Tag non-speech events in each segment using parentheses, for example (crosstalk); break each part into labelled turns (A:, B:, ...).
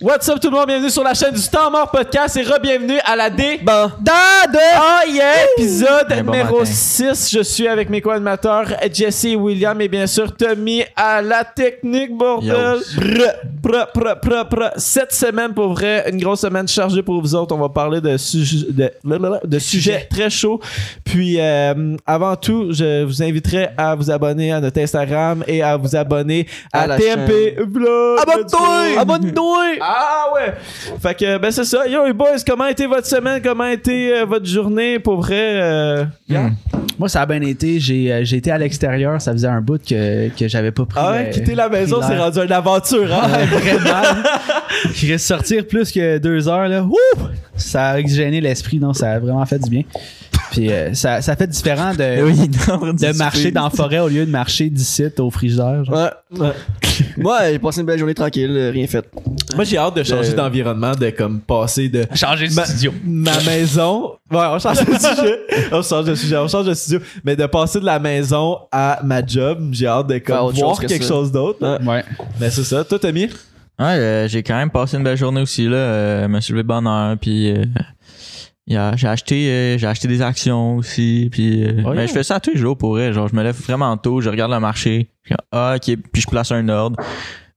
A: What's up tout le monde, bienvenue sur la chaîne du Temps Mort Podcast et re-bienvenue à la D.
B: Bon.
A: Da de Ah yeah, épisode
B: Un bon
A: numéro
B: matin.
A: 6. Je suis avec mes co-animateurs Jesse, William et bien sûr Tommy à la technique, bordel. Brr, brr, brr, brr, brr. Cette semaine, pour vrai, une grosse semaine chargée pour vous autres. On va parler de, suje- de, de sujets très chauds. Puis euh, avant tout, je vous inviterai à vous abonner à notre Instagram et à vous abonner à,
B: À la
A: TMP Vlog.
B: Abonne-toi!
A: Abonne-toi! (laughs) Ah ouais! Fait que, ben c'est ça. Yo les boys, comment a été votre semaine? Comment a été euh, votre journée? Pour vrai, euh, yeah.
C: Moi, ça a bien été. J'ai euh, j'ai été à l'extérieur. Ça faisait un bout que, que j'avais pas pris.
A: Ah ouais,
C: euh,
A: quitter la
C: pris
A: maison,
C: l'air.
A: c'est rendu une aventure, hein?
C: Ouais, vraiment. Je reste sortir plus que deux heures, là. Ouh! Ça a oxygéné l'esprit. Non, ça a vraiment fait du bien. Puis euh, ça, ça fait différent de, (laughs)
B: Oui, non,
C: de marcher dans la forêt au lieu de marcher d'ici au frigidaire. genre.
B: Ouais. Moi, j'ai passé une belle journée tranquille, euh, rien fait.
A: (laughs) Moi, j'ai hâte de changer d'environnement, de comme passer de
C: Changer de
A: Ma-
C: studio.
A: (laughs) ma maison. Ouais, on change (laughs) de sujet. On change de sujet, on change de studio. Mais de passer de la maison à ma job, j'ai hâte de
B: Faire
A: comme,
B: autre
A: voir
B: chose que
A: quelque
B: ça.
A: chose d'autre. hein.
C: Ouais.
A: Mais c'est ça. Toi, Tommy?
D: Ouais, euh, j'ai quand même passé une belle journée aussi là. Euh, je me suis levé de bonne heure, puis euh, y a- j'ai acheté, euh, j'ai acheté des actions aussi, puis euh,
A: Oh,
D: ben,
A: yeah.
D: je fais ça tous les jours pour vrai. Genre, je me lève vraiment tôt, je regarde le marché, je suis comme, ah ok, puis je place un ordre.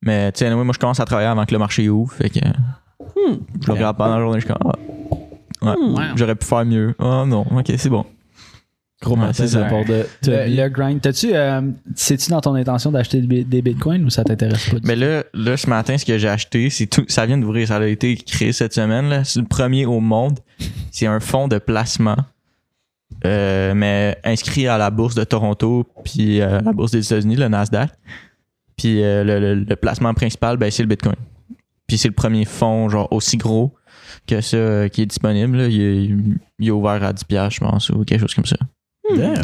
D: Mais tu sais, anyway, moi je commence à travailler avant que le marché ouvre, fait que
C: Hmm.
D: euh, je le regarde pendant la journée, je suis comme ah, ouais,
C: Wow.
D: j'aurais pu faire mieux. Oh non, ok, c'est bon.
A: Gros
D: Ouais, c'est ça.
A: bord de
C: Le, le grind. T'as-tu. euh, C'est-tu dans ton intention d'acheter des des bitcoins ou ça t'intéresse pas?
D: Mais là, là, ce matin, ce que j'ai acheté, c'est tout. Ça vient d'ouvrir, ça a été créé cette semaine. là. C'est le premier au monde. C'est un fonds de placement, euh, mais inscrit à la bourse de Toronto puis euh, à la bourse des États-Unis, le Nasdaq. Puis euh, le, le- le placement principal, ben, c'est le Bitcoin. Puis c'est le premier fonds genre aussi gros que ça euh, qui est disponible. là. Il, est, il est ouvert à 10 piastres, je pense, ou quelque chose comme ça.
A: Damn.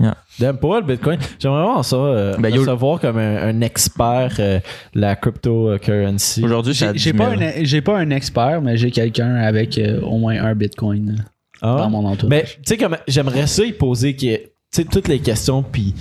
D: Yeah.
A: Damn, pour moi, le Bitcoin, j'aimerais vraiment ça, euh,
D: Ben,
A: me
D: yo-
A: savoir comme un, un expert euh, de la cryptocurrency.
D: Aujourd'hui, c'est à
C: J'ai- J'ai
D: 10
C: pas,
D: 000.
C: un- e- j'ai pas un expert, mais j'ai quelqu'un avec euh, au moins un bitcoin euh,
A: Ah.
C: dans mon
D: Ben,
C: entourage.
A: Mais tu sais, comme j'aimerais ça y poser que, tu sais, toutes les questions, puis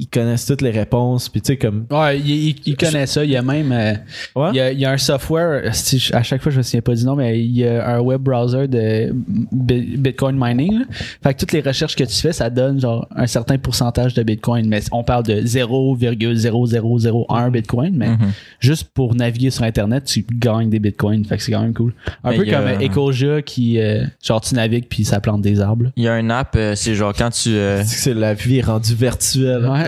A: ils connaissent toutes les réponses, puis tu sais, comme.
C: Ouais, il, il- il connaît ça. Il y a même. euh,
A: Ouais?
C: il, y a, il y a un software. euh, si je- à chaque fois, je me souviens pas du nom, mais il y a un web browser de Bi- Bitcoin mining. là. Fait que toutes les recherches que tu fais, ça donne genre un certain pourcentage de Bitcoin. Mais on parle de 0,0001 Bitcoin. Mais
D: Mhm.
C: juste pour naviguer sur Internet, tu gagnes des Bitcoins. Fait que c'est quand même cool. Un
D: Mais
C: peu
D: il y a-
C: comme euh, Ecosia qui. euh, genre, tu navigues puis ça plante des arbres.
D: Il y a une app, euh, c'est genre quand tu. euh,
A: C'est que c'est la vie est rendue virtuelle.
C: là. Ouais.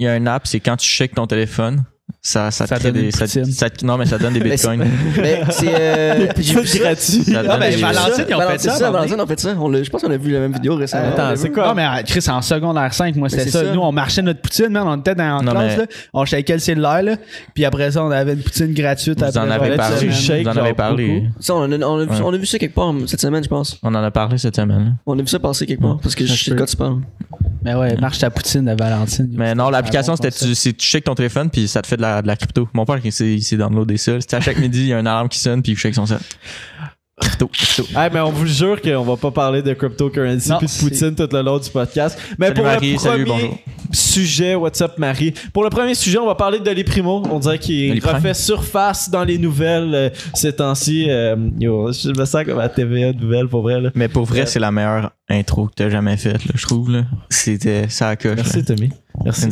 D: Il y a un app, c'est quand tu checkes ton téléphone, ça, ça, te
C: Ça
D: crée
C: donne
D: des.
C: une
D: ça-
C: poutine.
D: ça te- non, mais
A: (laughs)
D: ça donne des
B: Mais
D: bitcoins.
B: Mais c'est. euh, j'ai vu
A: C'est (laughs) gratuit.
D: Ça
B: Ah,
D: donne
B: ben,
D: des-
B: j'ai vu
C: Valentine, ils ont fait
B: Valentine,
C: ça, à un moment
B: Valentine, on fait ça. On l'a- je pense qu'on a vu la même vidéo récemment.
A: Attends,
B: On l'a
A: c'est
B: vu.
A: quoi?
C: Non, mais euh, Chris, en secondaire 5, moi, c'était
B: c'est
C: ça.
B: ça.
C: Nous, on marchait notre poutine, man. On était dans la
D: Non,
C: classe,
D: mais-
C: là. On shakeait le cellulaire, là. Puis après ça, on avait une poutine gratuite
D: Vous
C: après.
D: en
C: genre,
D: avez
C: une
D: parlé.
A: tu
C: semaine.
A: shakes,
D: Vous en
A: genre,
D: avez parlé.
A: beaucoup.
B: Ça, on a, on a vu,
D: Ouais.
B: on a vu ça quelque part hum, cette semaine, je pense.
D: On en a parlé cette semaine.
B: On a vu ça passer quelque part parce que je sais de quoi tu parles.
C: Mais ouais, marche ta poutine de Valentine.
D: Mais non, l'application,
C: Ah, bon
D: c'était
C: concept.
D: tu, c'est tu checkes ton téléphone, puis ça te fait de la, de la crypto. Mon père, il s'est il s'est downloadé ça. C'était à chaque midi, il y a une alarme qui sonne, puis il check son set. Crypto, crypto.
A: Hey, mais on vous jure qu'on va pas parler de cryptocurrency
C: Non,
A: puis de
C: c'est-
A: Poutine tout le long du podcast. Mais
D: Salut
A: pour le
D: Marie,
A: premier
D: salut, bonjour.
A: sujet, what's up Marie? Pour le premier sujet, on va parler de les primos. On dirait
D: Les
A: qu'il
D: primes.
A: refait surface dans les nouvelles euh, ces temps-ci. Euh, yo, je me sens comme à TVA Nouvelle pour vrai. Là.
D: Mais pour
A: Euh,
D: vrai, c'est la meilleure intro que t'as jamais faite, là, je trouve. là. C'était ça à coche.
A: Merci Tommy.
D: Merci.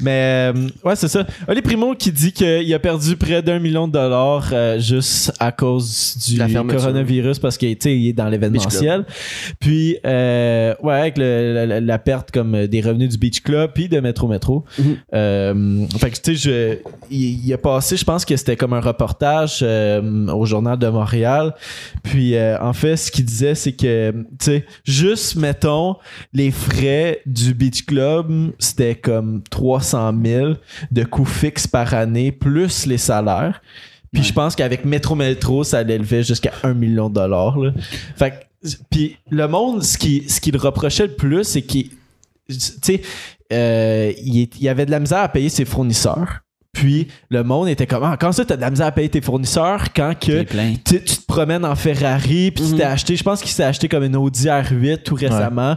A: Mais euh, ouais, c'est ça. Oli Primo qui dit qu'il a perdu près d'un million de dollars euh, juste à cause du
B: La fermeture.
A: coronavirus parce qu'il il est dans l'événementiel. Puis, euh, ouais, avec le- la, la- la perte comme euh, des revenus du Beach Club puis de Metro Metro.
B: Mhm.
A: Euh, fait que, tu sais, je- il, il a passé, je pense que c'était comme un reportage euh, au Journal de Montréal. Puis, euh, en fait, ce qu'il disait, c'est que, tu sais, juste, mettons, les frais du Beach Club, c'était comme 300 000 de coûts fixes par année, plus les salaires. Puis je pense qu'avec Metro Metro, ça l'élevait jusqu'à 1 million de dollars. là. Fait que- puis le monde, ce qui, ce qu'il reprochait le plus, c'est qu'il tu sais, euh, il, est- il avait de la misère à payer ses fournisseurs. Puis le monde était comme, ah, quand ça, t'as de la misère à payer tes fournisseurs, quand que
C: C'est plein.
A: tu, tu te promènes en Ferrari, puis tu
B: Mhm.
A: t'es acheté, je pense qu'il s'est acheté comme une Audi R8 tout récemment.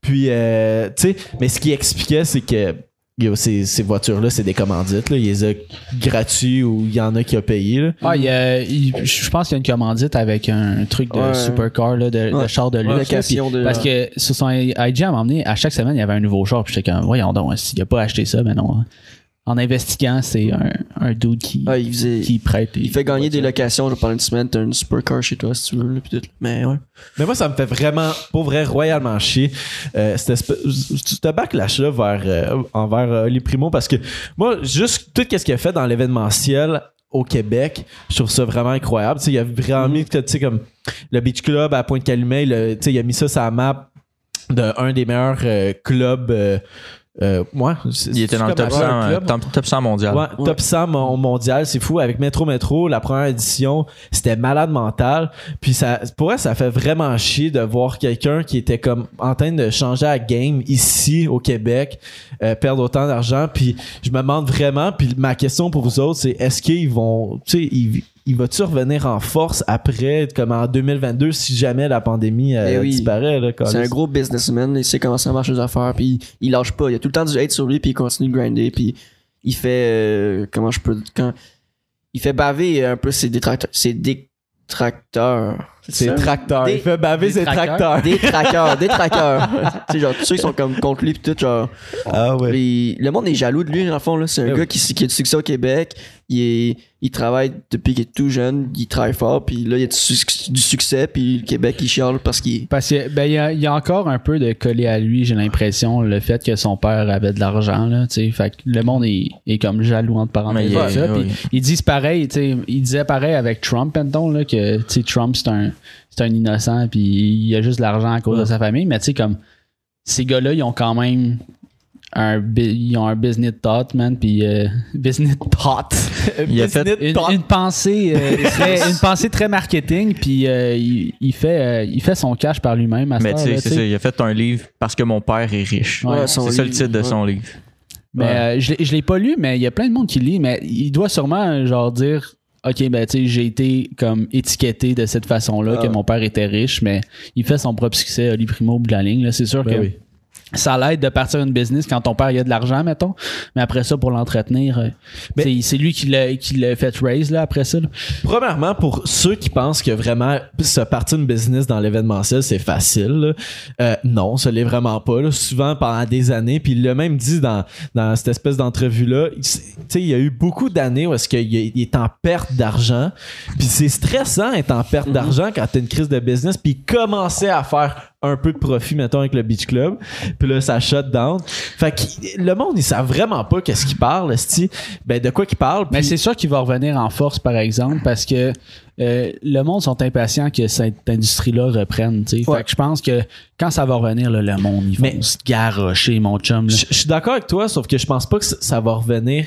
A: Puis, euh, tu sais, mais ce qu'il expliquait, c'est que yo, ces, ces voitures-là, c'est des commandites. Là. Il les a gratuits ou il y en a qui a payé. là.
C: Ah, il y a- il- je pense qu'il y a une commandite avec un truc de
B: Ouais.
C: supercar, là, de, de
B: Ouais.
C: char de luxe. là,
B: Location
C: puis-
B: de-
C: parce que sur son IG, à un moment donné, à chaque semaine, il y avait un nouveau char. Puis j'étais comme, voyons donc, il a pas acheté ça, mais non. hein. En investiguant, c'est un, un dude qui,
B: Ah, il faisait-
C: qui prête.
B: Il fait gagner des locations, je parle une semaine, t'as une supercar chez toi si tu veux, là, pis tout. Mais ouais.
A: Mais moi, ça me fait vraiment, pour vrai, royalement chier. Euh, cette espèce- ce backlash-là vers, euh, envers euh, Oli Primo parce que moi, juste tout ce qu'il a fait dans l'événementiel au Québec, je trouve ça vraiment incroyable. Tu sais, il a vraiment
D: Mm-hmm.
A: mis, tu sais, comme le Beach Club à Pointe-Calumet, le- tu sais, il a mis ça sur la map de un des meilleurs euh, clubs. euh, euh, ouais, c'est-
D: Il était dans le
A: c'est
D: top 100,
A: comme un
D: euh,
A: club.
D: top, top 100 mondial.
A: Ouais, Top 100 mon- mondial, c'est fou. Avec Metro Metro, la première édition, c'était malade mental. Puis ça, pour vrai, ça fait vraiment chier de voir quelqu'un qui était comme en train de changer à game ici au Québec, euh, perdre autant d'argent. Puis je me demande vraiment, puis ma question pour vous autres, c'est est-ce qu'ils vont, tu sais, ils- il va-tu revenir en force après, comme en 2022, si jamais la pandémie euh,
B: Eh oui.
A: disparaît? là,
B: C'est
A: Carlis?
B: un gros businessman, il sait comment ça marche les affaires, puis il, il lâche pas. Il y a tout le temps du hate sur lui, puis il continue de grinder, puis il fait. euh, comment je peux. Quand, il fait baver un peu ses détracteurs. Ses détracteurs.
A: C'est
B: ça?
A: tracteur.
B: Des-
A: Il fait baver
C: des
A: ses
C: tracteurs.
A: tracteurs.
B: Des traqueurs, des traqueurs.
A: (laughs)
B: tu sais, genre, tous ceux qui sont comme contre lui, pis tout, genre.
A: Ah ouais.
B: Les- le monde est jaloux de lui, dans le fond. là. C'est un
A: Eh oui.
B: gars qui, s- qui a du succès au Québec. Il, est- il travaille depuis qu'il est tout jeune. Il travaille fort. Puis là, il a du, suc- du succès. Puis le Québec, il chiale parce qu'il.
C: Parce que ben il y, a- il y a encore un peu de collé à lui, j'ai l'impression, le fait que son père avait de l'argent là, tu sais, fait que le monde est, est comme jaloux entre
D: Mais
C: parenthèses
D: il
C: de
D: est-
C: ça.
D: oui.
C: Puis ils disent pareil, tu sais, ils disaient pareil avec Trump maintenant là que tu sais Trump c'est un c'est un innocent puis il a juste de l'argent à cause de sa famille, mais tu sais comme ces gars-là ils ont quand même un bu- ils ont un business thought man puis euh, (laughs) business thought
D: Il a fait-
A: Business
C: une,
A: thought.
C: une pensée
A: (laughs)
C: euh, très, une pensée très marketing puis euh, il, il fait euh, il fait son cash par lui-même à
D: Mais
C: cette
D: tu
C: heure,
D: sais,
C: là,
D: c'est
C: tu sais.
D: ça. Il a fait un livre parce que mon père est riche.
C: Ouais,
D: c'est ça
B: son
D: le
B: livre,
D: titre de
B: ouais.
D: son livre.
C: mais euh, je l'ai- je l'ai pas lu mais il y a plein de monde qui lit mais il doit sûrement euh, genre dire OK ben tu sais j'ai été comme étiqueté de cette façon-là
A: Ah.
C: que mon père était riche mais il fait son propre succès Oli Primo au bout de la ligne là, c'est sûr
A: Ben
C: que
A: oui.
C: ça l'aide de partir une business quand ton père il a de l'argent mettons mais après ça pour l'entretenir euh,
A: Mais-
C: c'est c'est lui qui l'a qui l'a fait raise là après ça là.
A: Premièrement, pour ceux qui pensent que vraiment se partir une business dans l'événementiel, c'est facile, là, euh, non, ce l'est vraiment pas. là. Souvent, pendant des années, puis il l'a même dit dans, dans cette espèce d'entrevue-là, il s- tu sais, il y a eu beaucoup d'années où est-ce qu'il est il est en perte d'argent, puis c'est stressant d'être en perte d'argent quand t'as une crise de business, puis il commençait à faire un peu de profit, mettons, avec le Beach Club, puis là, ça shut down. Fait que le monde, il savent vraiment pas qu'est-ce qu'il parle, esti. ben de quoi qu'il parle.
C: Mais
A: puis-
C: c'est sûr qu'il va revenir en force, par exemple, parce que euh, le monde sont impatients que cette industrie-là reprenne. tu sais. Fait que je pense que quand ça va revenir, là, le monde, ils vont
A: Mais-
C: se garrocher, mon chum. là.
A: Je je suis d'accord avec toi, sauf que je pense pas que ça- ça va revenir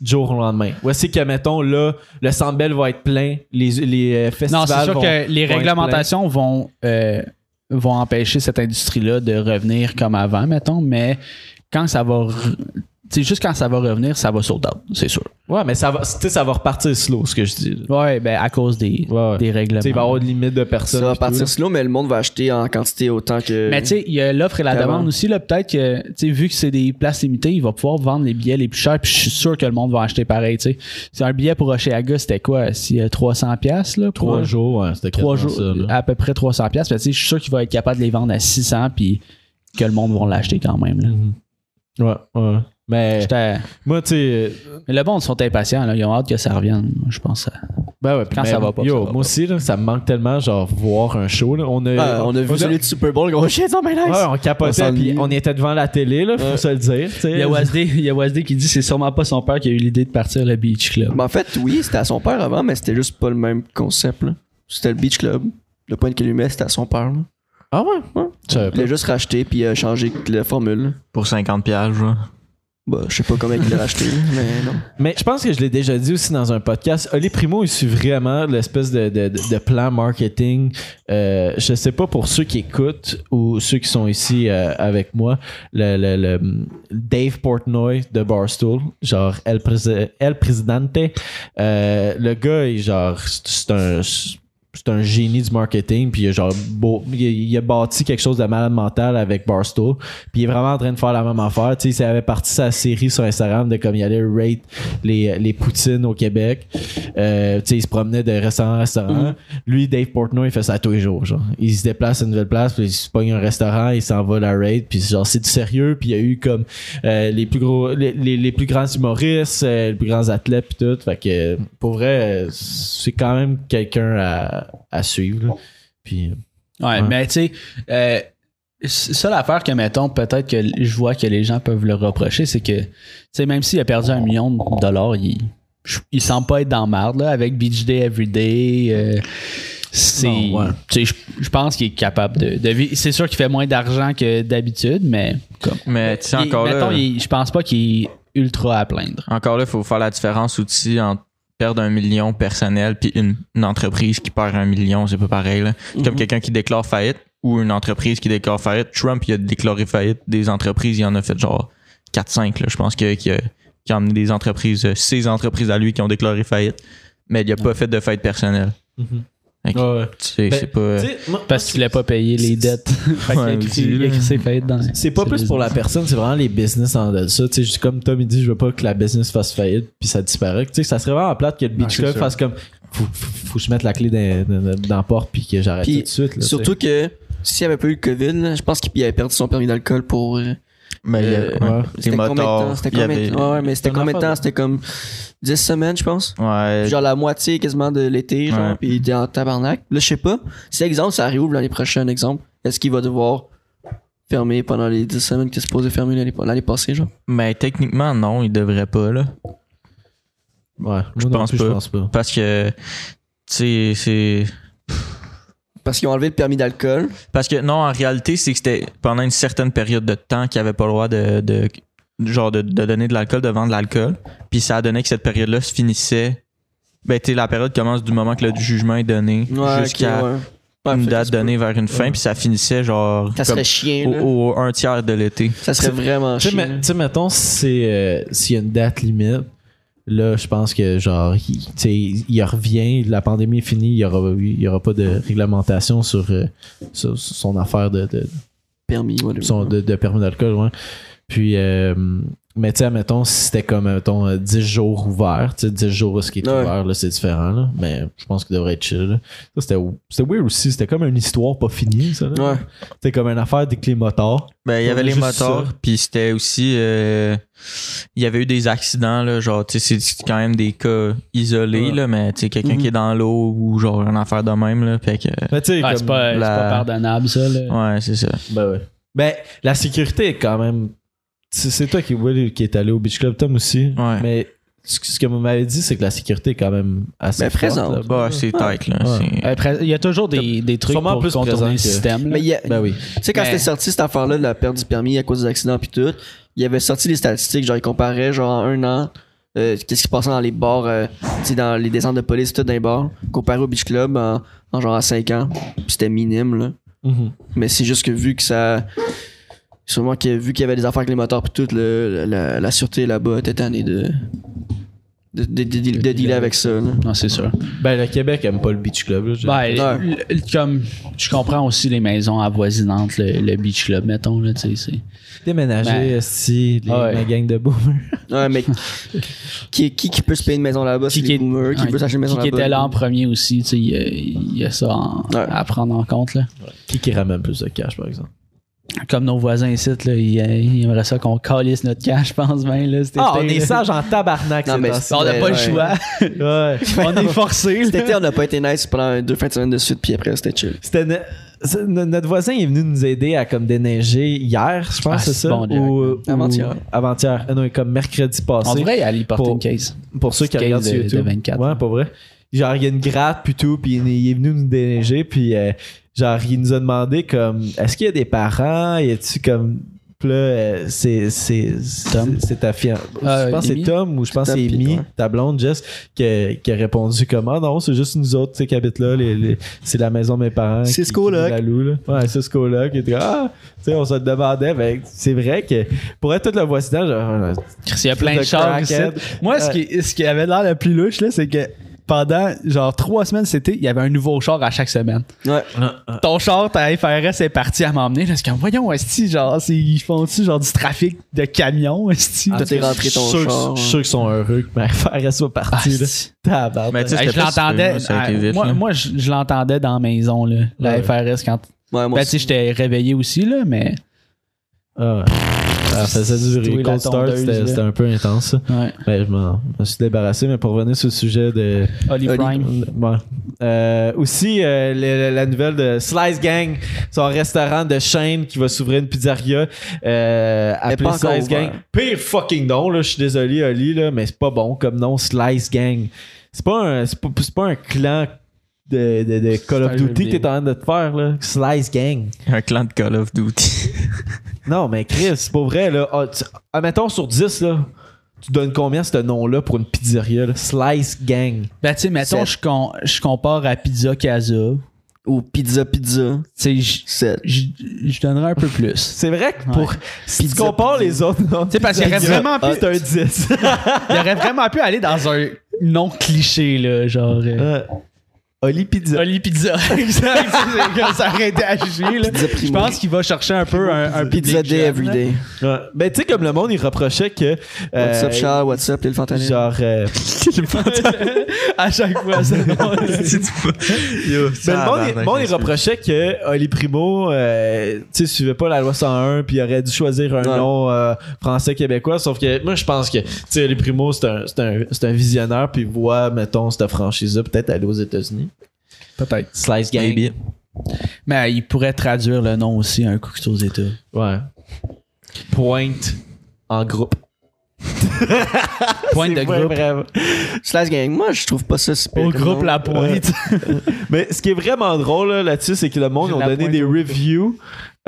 A: du jour au lendemain. Voici que, mettons, là, le Sandbell va être plein, les, les euh, festivals
C: Non, c'est sûr
A: vont-
C: que les
A: vont être
C: réglementations vont, euh, vont empêcher cette industrie-là de revenir comme avant, mettons, mais quand ça va. re- tu sais, juste quand ça va revenir, ça va sold out, c'est sûr.
A: pleins. Ouais, mais ça va, tu sais, ça va repartir slow, ce que je dis.
C: Ouais, ben à cause des,
A: Ouais, ouais.
C: des
A: Tu
C: règlements.
A: sais, il va y avoir une limite de personnes.
B: Ça va
A: puis tout, là.
B: partir slow, mais le monde va acheter en quantité autant que.
C: Mais tu sais, il y a l'offre et la
B: Comment?
C: demande aussi. Là, peut-être que, tu sais, vu que c'est des places limitées, il va pouvoir vendre les billets les plus chers. Puis je suis sûr que le monde va acheter pareil. Tu sais, c'est un billet pour Oceaga, c'était quoi Si euh, 300 pièces là pour-
A: Trois jours, ouais, c'était
C: trois
A: quasiment
C: jours,
A: ça, là.
C: à peu près 300 pièces. Mais tu sais, je suis sûr qu'il va être capable de les vendre à 600 puis que le monde va l'acheter quand même. là.
A: Mm-hmm. Ouais, ouais. Mais
C: J'étais-
A: moi, tu sais, euh,
C: Mais le monde sont impatients. Là. Ils ont hâte que ça revienne. moi, Je pense.
A: ben ouais,
C: Quand
A: mais
C: ça va pas,
A: yo,
C: ça va
A: moi
C: pas.
A: aussi, là, ça me manque tellement, genre, voir un show. là. euh, On, a,
B: Ah, on a vu celui du Super Bowl, gros shit, oh my nice!
A: Ouais, on capotait,
B: On
A: puis
B: s'ennuie.
A: on était devant la télé, là, faut
B: Ouais.
A: se le dire. tu sais.
C: Il y a Wasdé, qui dit c'est sûrement pas son père qui a eu l'idée de partir le beach club.
B: Mais Ben, en fait, oui, c'était à son père avant, mais c'était juste pas le même concept. là. C'était le Beach Club. Le point qu'il lui met, c'était à son père. là.
A: Ah ouais? Je savais pas.
B: Il a juste racheté puis euh, changé la formule.
D: Pour 50 pièges, genre.
B: Bah, je sais pas comment il l'a racheté, mais non.
A: Mais je pense que je l'ai déjà dit aussi dans un podcast. Oli Primo, il suit vraiment l'espèce de, de- de- de plan marketing. Euh, je sais pas pour ceux qui écoutent ou ceux qui sont ici euh, avec moi, le, le- le, mm, Dave Portnoy de Barstool, genre El, Presi- El Presidente. Euh, le gars, il, genre, c'est c'est un. c'est un génie du marketing, puis il a, genre, beau- il a, il a bâti quelque chose de malade mental avec Barstool, puis il est vraiment en train de faire la même affaire. Tu sais, il avait parti sa série sur Instagram de comme il allait rate les, les poutines au Québec. Euh, tu sais, il se promenait de restaurant en restaurant. Lui, Dave Portnoy, il fait ça tous les jours. Genre. Il se déplace à une nouvelle place, puis il se pogne un restaurant, il s'en va la raid, puis genre, c'est du sérieux, puis il y a eu comme euh, les plus gros, les, les- les plus grands humoristes, euh, les plus grands athlètes, puis tout. Fait que, euh, pour vrai, euh, c'est quand même quelqu'un à, à suivre. là. Puis,
C: Ouais,
A: Ouais.
C: mais tu sais, euh, c- seule affaire que, mettons, peut-être que l- je vois que les gens peuvent le reprocher, c'est que, tu sais, même s'il a perdu un million de dollars, il, je- il semble pas être dans la merde, là, avec Beach Day Everyday. euh, c'est.
A: Non, ouais.
C: Tu sais, je- je pense qu'il est capable de, de vivre. C'est sûr qu'il fait moins d'argent que d'habitude, mais. Comme,
D: Mais tu sais,
C: Il-
D: encore
C: mettons,
D: là,
C: il- je pense pas qu'il est ultra à plaindre.
D: encore là, faut faire la différence aussi entre perdre un million personnel puis une, une entreprise qui perd un million, c'est pas pareil. là. C'est Comme quelqu'un qui déclare faillite ou une entreprise qui déclare faillite. Trump, il a déclaré faillite des entreprises, il en a fait genre 4-5. là. Je pense que- qu'il a, qu'il a emmené des entreprises, euh, ses entreprises à lui qui ont déclaré faillite, mais il a pas fait de faillite personnelle. Tu sais,
A: Ben,
D: c'est pas.
A: Tu sais, moi-
C: Parce qu'il voulait pas payer les dettes. Fait qu'il a
D: Ouais,
C: écrit-
D: aussi,
C: il a écrit ses faillites dans
A: C'est pas
C: ses
A: plus pour la
C: business.
A: personne, c'est vraiment les business en dessous de ça. Tu sais, juste comme Tom il dit, je veux pas que la business fasse faillite puis ça disparaît. Tu sais, ça serait vraiment plate que le beach
D: c'est
A: club
D: sûr.
A: fasse comme faut, faut, faut que je mette la clé dans, dans- dans la porte puis que j'arrête
B: Puis,
A: tout de suite. là,
B: Surtout que s'il n'y avait pas eu le COVID, là, je pense qu'il avait perdu son permis d'alcool pour. euh,
D: Mais il y a-
A: ouais.
D: ouais. les
B: C'était combien de temps
D: motards.
B: C'était
D: il y
B: combien
D: avait-
B: de temps? Ouais, mais c'était
A: C'est
B: combien de
A: un affaire
B: temps
A: de-
B: C'était comme 10 semaines, je pense.
D: Ouais.
B: Genre la moitié quasiment de l'été, genre,
D: Ouais.
B: puis il était en tabarnak. Là, je sais pas. Si, exemple, ça réouvre l'année prochaine, exemple, est-ce qu'il va devoir fermer pendant les 10 semaines qu'il est supposé fermer l'année l'année passée, genre?
D: Mais techniquement, non, il devrait pas, là.
A: tu sais. Ouais, je
D: pense
A: Je
D: pas.
A: pense pas.
D: Parce que, tu sais, c'est.
B: Parce qu'ils ont enlevé le permis d'alcool.
D: Parce que, non, en réalité, c'est que c'était pendant une certaine période de temps qu'il avait pas le droit de. de- genre, de, de donner de l'alcool, de vendre de l'alcool. Puis ça a donné que cette période-là se finissait. Ben, tu sais, la période commence du moment que le jugement est donné
B: Ouais,
D: jusqu'à
B: ok, ouais. Ouais,
D: une
B: fait que
D: date
B: ça se peut.
D: donnée vers une fin, puis ça finissait, genre.
B: Ça
D: comme
B: serait chien,
D: au,
B: là.
D: au- un tiers de l'été.
B: Ça serait vraiment
A: Tu sais,
B: chien.
A: mais- tu sais, mettons, c'est, euh, s'il y a une date limite, là, je pense que, genre, il, tu sais, il revient, la pandémie est finie, il y aura, il y aura pas de réglementation sur, euh, sur- sur son affaire de- de,
B: Permis, whatever.
A: Son- de, de permis d'alcool, ouais. Puis, euh, mais tu sais, mettons, si c'était comme, mettons, euh, 10 jours ouverts, tu sais, 10 jours où ce qui est
B: Ouais.
A: ouvert, là, c'est différent, là. Mais je pense qu'il devrait être chill, là. Ça, c'était, c'était weird aussi, c'était comme une histoire pas finie, ça, là.
B: Ouais.
A: C'était comme une affaire avec les motards.
D: Ben, il y
A: On
D: avait
A: a
D: les
A: juste
D: moteurs,
A: ça.
D: puis c'était aussi. euh, il y avait eu des accidents, là, genre, tu sais, c'est quand même des cas isolés,
A: Ouais.
D: là, mais tu sais, quelqu'un qui est dans l'eau ou genre une affaire de même, là, fait que.
A: Mais tu sais,
C: Ouais,
A: comme-
C: c'est pas, euh, c'est
D: la-
C: pas pardonnable, ça. Là.
D: Ouais, c'est ça.
A: Ben ouais. Ben, la sécurité est quand même. C'est c'est toi qui, Will, qui est allé au Beach Club, Tom aussi.
D: Ouais.
A: Mais ce que- ce que vous m'avez dit, c'est que la sécurité est quand même assez.
B: Mais
A: forte,
B: Ben, présente.
A: là.
D: Bah, c'est tight, là.
A: Ouais.
D: c'est-
C: Après, Euh, il y a toujours des, des trucs
A: Sûrement
C: pour
A: plus présent
C: contourner le
A: que-
C: système. là.
B: Mais il y a-
A: Ben oui.
B: Tu sais, quand
C: Mais-
B: c'était sorti cette affaire-là de la perte du permis à cause des accidents puis tout, il avait sorti les statistiques, genre il comparait genre en un an euh, qu'est-ce qui se passait dans les bars, euh, tu sais, dans les descentes de police tout dans les bars, comparé au beach club en, en genre à 5 ans. Puis c'était minime là.
A: Mhm.
B: Mais c'est juste que vu que ça. Sûrement que vu qu'il y avait des affaires avec les moteurs puis tout, le- la, la sûreté là-bas était tannée de. De, de, de- de- de dealer avec ça. là.
C: Non, c'est sûr.
A: Ben, le Québec aime pas le Beach Club, là. je-
C: Ben,
B: Ouais.
C: le- le- comme je comprends aussi les maisons avoisinantes, le, le beach club, mettons, là, tu sais. c'est-
A: Déménager,
C: Ben,
A: si les,
C: ouais.
A: la gang de boomers.
C: (laughs)
B: Ouais, mais qui, qui, qui peut se payer une maison là-bas?
C: Qui
B: c'est les
C: qui est-
B: boomers, qui
C: ouais,
B: peut s'acheter une maison
C: Qui
B: là-bas?
C: était là en premier aussi, tu sais, il y, a- il y a ça en-
B: Ouais.
C: à prendre en compte, là.
A: (laughs) Qui qui ramène plus de cash, par exemple?
C: Comme nos voisins ici, là, ils, euh, ils aimeraient ça qu'on calisse notre cash, (laughs) je pense bien, là. cet
A: Ah,
C: été, là.
A: en tabarnak,
B: Non, ces mais temps-ci.
C: On n'a pas le
B: Ouais.
C: choix.
A: Ouais.
B: (laughs)
C: on est forcé,
B: Cet
C: là.
B: été, on n'a pas été nice pendant deux fins de semaine de suite, puis après, c'était chill.
A: C'était ne- c'est- no- notre voisin est venu nous aider à comme déneiger hier, je pense,
C: Ah,
A: c'est
C: c'est
A: ça?
C: bon, Jack.
A: ou,
B: Avant-hier.
A: ou- Avant-hier. Ah non, comme mercredi passé.
C: On devrait y aller porter
A: Pour-
C: une case.
A: pour ceux qui
C: Case
A: regardent sur
C: de- hein. de
A: YouTube.
C: 24.
A: Ouais, pour vrai. Genre, il y a une gratte, puis tout, puis il est- il est venu nous déneiger, puis euh, genre, il nous a demandé, comme, est-ce qu'il y a des parents, y a-tu comme. Puis là, euh, c'est, c'est, c'est-
C: Tom.
A: c'est ta fille.
C: Ah,
A: je pense que
C: Amy.
A: c'est Tom ou je pense que c'est
B: Tom, puis
A: Amy,
B: toi.
A: ta blonde, Jess, qui a, qui a répondu comme Ah non, c'est juste nous autres tu sais, qui habitent là. les- les- c'est la maison de mes parents.
B: C'est
A: qui-
B: ce
A: qui
B: coloc.
A: nous la loue, là. Ouais, c'est ce coloc. Et tout. Ah, tu sais, on se le demandait. Ben, c'est vrai que pour être tout le voisinage, euh, genre,
C: Chris, Il y a plein de
A: de
C: chars ici.
A: crackhead.
C: Moi, ce, qui, ce qui avait l'air le plus louche, là, c'est que pendant genre trois semaines, c'était, il y avait un nouveau char à chaque semaine.
B: Ouais.
C: Ton char, ta FRS est parti à m'emmener. Là, je suis comme, voyons, esti, genre, c'est- ils font-tu genre du trafic de camions, esti?
B: Ah, t'es rentré ton
A: sûr, que-
B: char, hein.
A: Je suis sûr qu'ils sont heureux que ma (laughs) frère soit partie. là.
C: esti.
A: Tabarnak.
D: Mais tu sais,
C: Hey,
D: c'était
C: je
D: pas si
C: l'entendais.
D: peu, ça a été
C: ah,
D: vite,
C: moi,
D: là.
C: moi, je, je l'entendais dans la maison, là, la
A: Ouais.
C: FRS. Quand,
B: Ouais, moi
C: ben, tu sais,
B: aussi.
C: j'étais réveillé aussi, là, mais.
A: Ah ouais. Ça faisait du
C: Oui,
A: bruit.
C: la
A: Cold start,
C: tondeuse, là.
A: c'était c'était un peu intense. ça.
C: Ouais.
A: Ben, je m'en je me suis débarrassé, mais pour revenir sur le sujet de.
C: Oli
B: Oli.
C: Prime.
A: Mm. Ouais. Euh, aussi, euh, le- le- la nouvelle de Slice Gang, son restaurant de chaîne qui va s'ouvrir une pizzeria euh, appelée
B: pas encore hein.
A: Slice Gang.
B: ouvert.
A: Pire fucking nom, là, je suis désolé, Oli, là, mais c'est pas bon comme nom, Slice Gang. C'est pas un, c'est pas, c'est pas un clan de, de- de Call of
C: un jeu
A: Duty que t'es en train de te faire, là. Slice Gang.
D: Un clan de Call of Duty.
A: Non, mais Chris, c'est pas vrai, là. Ah, tu- admettons sur 10, là. Tu donnes combien ce nom-là pour une pizzeria? là? Slice Gang.
C: Ben, tu sais, mettons,
B: Sept.
C: je, com- je compare à Pizza Casa. Tu
B: Ou Pizza Pizza
C: sais, je-
B: 7.
C: je je donnerais un peu plus.
A: C'est vrai que pour. Si
B: Pizza,
A: tu compares les autres noms.
C: Tu sais, parce qu'il aurait vraiment pu-
A: C'est un (laughs) 10.
C: Il aurait vraiment pu aller dans un non cliché, là, genre. euh,
A: Euh, Oli Pizza.
C: Oli Pizza. (laughs) exact. c'est comme ça aurait été à juger, là.
B: Pizza Primo.
C: Je pense qu'il va chercher un peu un, un
B: Pizza
C: public
B: Day
C: jeune, là. (laughs)
B: Everyday.
A: Ouais. Ben, tu sais, comme le monde, il reprochait que. euh,
B: What's up, Charles? What's up, les Fantanel?
A: Genre. euh,
C: à chaque fois,
B: (laughs)
C: c'est
D: C'est du-
A: Ben,
D: Yo,
A: le monde,
D: tabarnak,
A: le monde, il
D: monsieur.
A: reprochait que Oli Primo, euh, tu sais, suivait pas la loi 101, puis il aurait dû choisir un
B: Ouais.
A: nom euh, français-québécois. Sauf que moi, je pense que, tu sais, Oli Primo, c'est un, c'est un, c'est un visionnaire, puis il voit, mettons, cette franchise-là peut-être aller aux États-Unis.
C: Peut-être.
A: Slice Gang.
D: Maybe.
C: Mais euh, il pourrait traduire le nom aussi un coup que c'est aux États.
A: Ouais. Pointe en groupe.
C: Pointe de
A: C'est pas
C: groupe.
A: brave.
B: Slash Gang. Moi, je trouve pas ça super.
C: Au
B: comme
C: groupe
B: nom.
C: La Pointe.
A: (laughs) Mais ce qui est vraiment drôle là, là-dessus, c'est que le monde
C: J'ai
A: ont
C: la
A: donné
C: pointe
A: des
C: au cul.
A: reviews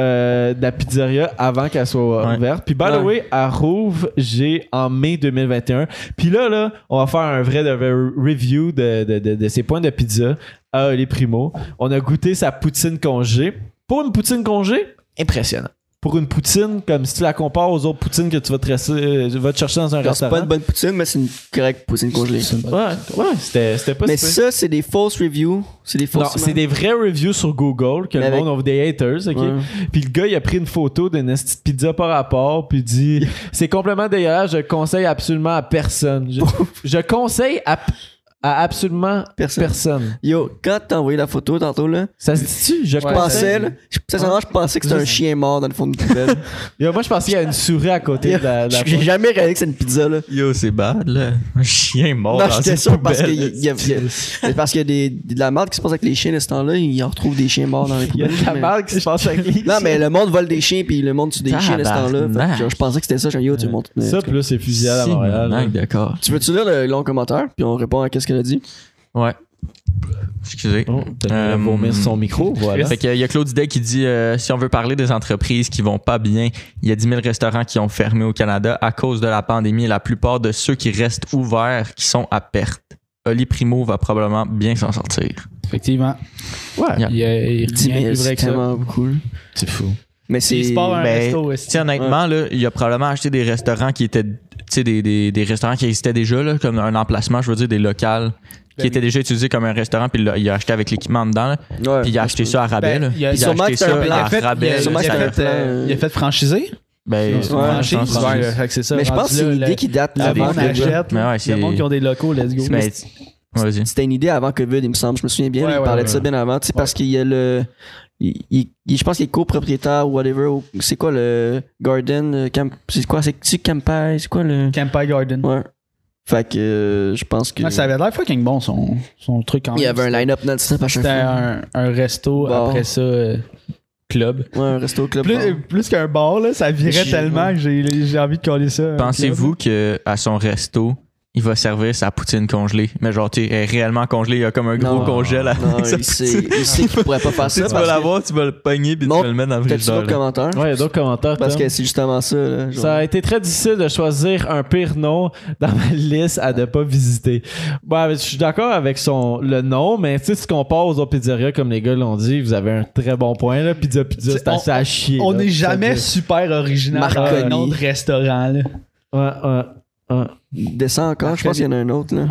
A: euh, de la pizzeria avant qu'elle soit euh,
D: Ouais.
A: ouverte. Puis, by the
B: Ouais.
A: way, à Rouve, j'ai en mai 2021. Puis là, là, on va faire un vrai, de vrai review de, de, de- de ses points de pizza à Oli Primo. On a goûté sa poutine congé. Pour une poutine congé, impressionnant. Pour une poutine, comme si tu la compares aux autres poutines que tu vas te, rester- euh, tu vas te chercher dans un
B: Genre, C'est pas
A: restaurant.
B: une bonne poutine, mais c'est une correcte poutine congelée.
A: Ouais, ouais, c'était c'était pas
B: Mais
A: si pire.
B: ça, c'est des fausses reviews. C'est des
A: Non,
B: fausses.
A: c'est des vrais reviews sur Google que
B: Mais
A: le
B: avec-
A: monde a des haters, ok?
B: Ouais.
A: Puis le gars, il a pris une photo d'une esti de pizza par rapport, puis il
B: (laughs)
A: dit C'est complètement dégueulasse, je conseille absolument à personne. Je, je conseille à, à absolument personne.
B: Personne. Yo, quand t'as envoyé la photo tantôt, là,
A: Ça se dit-tu Je
B: je
C: Ouais,
B: pensais,
A: conseille.
B: là, je, sincèrement, je pensais que c'était un chien mort dans le fond d'une poubelle.
A: (laughs) Yo, moi, je pensais qu'il y a une souris à côté de la. de
B: (laughs)
A: la
B: J'ai jamais réalisé que c'est une pizza, là.
D: Yo, c'est bad, là. Un chien mort.
B: non,
D: dans
B: j'étais
D: une
B: sûr parce qu'il
D: poubelle.
B: y, a- il y a- il y a- c'est parce qu'il y a des, de la merde qui se passe avec les chiens de ce temps-là, ils en retrouvent des chiens morts dans les
A: Il y a
B: poubelles.
A: de la
B: (laughs) mais-
A: merde qui se passe avec lui.
B: Non, mais le monde vole des chiens, puis le monde tue des chiens de ce temps-là. Fait que, genre, Je pensais que c'était ça, genre, yo, tu montes. mais-
A: Ça, plus c'est fusillade à
D: Si,
A: Montréal.
D: Monac, d'accord.
B: Tu veux-tu lire le long commentaire, puis on répond à qu'est-ce qu'elle a dit?
D: Ouais. Excusez.
A: Oh, t'as
D: Euh,
A: mis le vomir sur son micro, voilà.
D: Fait qu'il y a Claude Didet qui dit euh, si on veut parler des entreprises qui vont pas bien, il y a 10 000 restaurants qui ont fermé au Canada à cause de la pandémie. La plupart de ceux qui restent ouverts qui sont à perte. Oli Primo va probablement bien s'en sortir.
C: Effectivement.
A: Ouais,
C: Il, euh, il,
B: Dis,
C: revient
B: mais
C: plus vrai
B: c'est
C: que ça.
B: tellement beaucoup. là.
A: c'est fou.
B: Mais c'est.
C: Il se part un
D: ben,
C: resto, esti.
D: Tu sais, honnêtement, là, il a probablement acheté des restaurants qui étaient, tu sais, des, des- des restaurants qui existaient déjà, là, comme un emplacement, je veux dire, des locales qui
C: oui.
D: étaient déjà utilisés comme un restaurant, puis il l'a- il a acheté avec l'équipement dedans, là,
B: Ouais.
D: puis il a acheté ça à rabais.
C: Ben,
D: là.
C: il y a-
D: il a
B: sûrement
D: acheté
B: que c'est
D: ça
B: un plan.
D: à
C: Il a fait-
D: rabais.
B: il a
D: là,
C: il,
B: sûrement
C: a
D: ça
B: qu'il
D: a-
B: fait,
C: fait, euh,
B: euh,
C: il a fait franchiser.
D: ben,
A: Ouais.
D: je pense
C: Franchise,
D: que c'est ça.
C: ouais, fait que c'est ça.
B: Mais je pense que
C: rendu
B: c'est
C: là,
B: une
C: le-
B: idée qui date
C: Le
D: des-
B: avant
C: monde
D: des-
B: COVID.
C: achète.
D: Mais ouais,
C: le
D: c'est-
C: monde qui ont des locaux, let's go.
D: Ben, ouais, vas-y.
B: C'était une idée avant COVID, il me semble. Je me souviens bien,
C: Ouais,
B: il
C: ouais,
B: parlait de
C: ouais.
B: ça bien avant. Tu sais, Parce qu'il y a le. il- il- il- je pense qu'il est copropriétaire ou whatever. ou- C'est quoi le Garden euh, camp- C'est quoi C'est-tu Campai C'est quoi le.
C: Campai Garden.
B: Ouais. Fait que euh, je pense que.
C: Ouais, ça avait l'air fucking bon son, son truc en
B: il y avait un line-up non-stop à chaque
C: C'était
B: fois.
C: un, un resto,
B: Bar.
C: après ça, euh, club.
B: Ouais, un resto club.
C: Plus, (laughs)
B: bar.
C: plus qu'un bar, là, ça virait
B: J'ai-
C: tellement que j'ai j'ai envie de coller
A: Euh,
C: ça. un
D: Pensez-vous que à son resto, il va servir sa poutine congelée, mais genre, tu sais, elle est réellement congelée, il y a comme un gros
B: Non.
D: congèle avec
B: Non,
D: sa
B: il sait,
D: poutine.
B: il sait qu'il pourrait
C: (laughs)
B: pas
D: (laughs)
B: faire
D: Tu sais,
B: ça.
D: tu vas l'avoir, tu vas le pogner, puis tu
B: Montre-
D: vas le mettre dans le
B: Peut-être
D: frigidaire.
B: d'autres
D: là.
B: commentaires.
A: Ouais, il y a d'autres commentaires.
B: Parce
A: Tom.
B: que c'est justement ça. Là, genre.
A: Ça a été très difficile de choisir un pire nom dans ma liste à ne pas visiter. Bon, je suis d'accord avec son, le nom, mais tu sais, si on part aux autres pizzerias, comme les gars l'ont dit, vous avez un très bon point. Là. Pizza Pizza,
C: C'est-
A: c'est assez
C: on-
A: à chier.
C: club. On
A: là.
C: n'est jamais
A: Ça
C: super original dans
B: Marconi.
C: un nom de restaurant. là.
A: dit- Ouais, ouais.
B: Descends encore, je pense qu'il y en a un autre, là.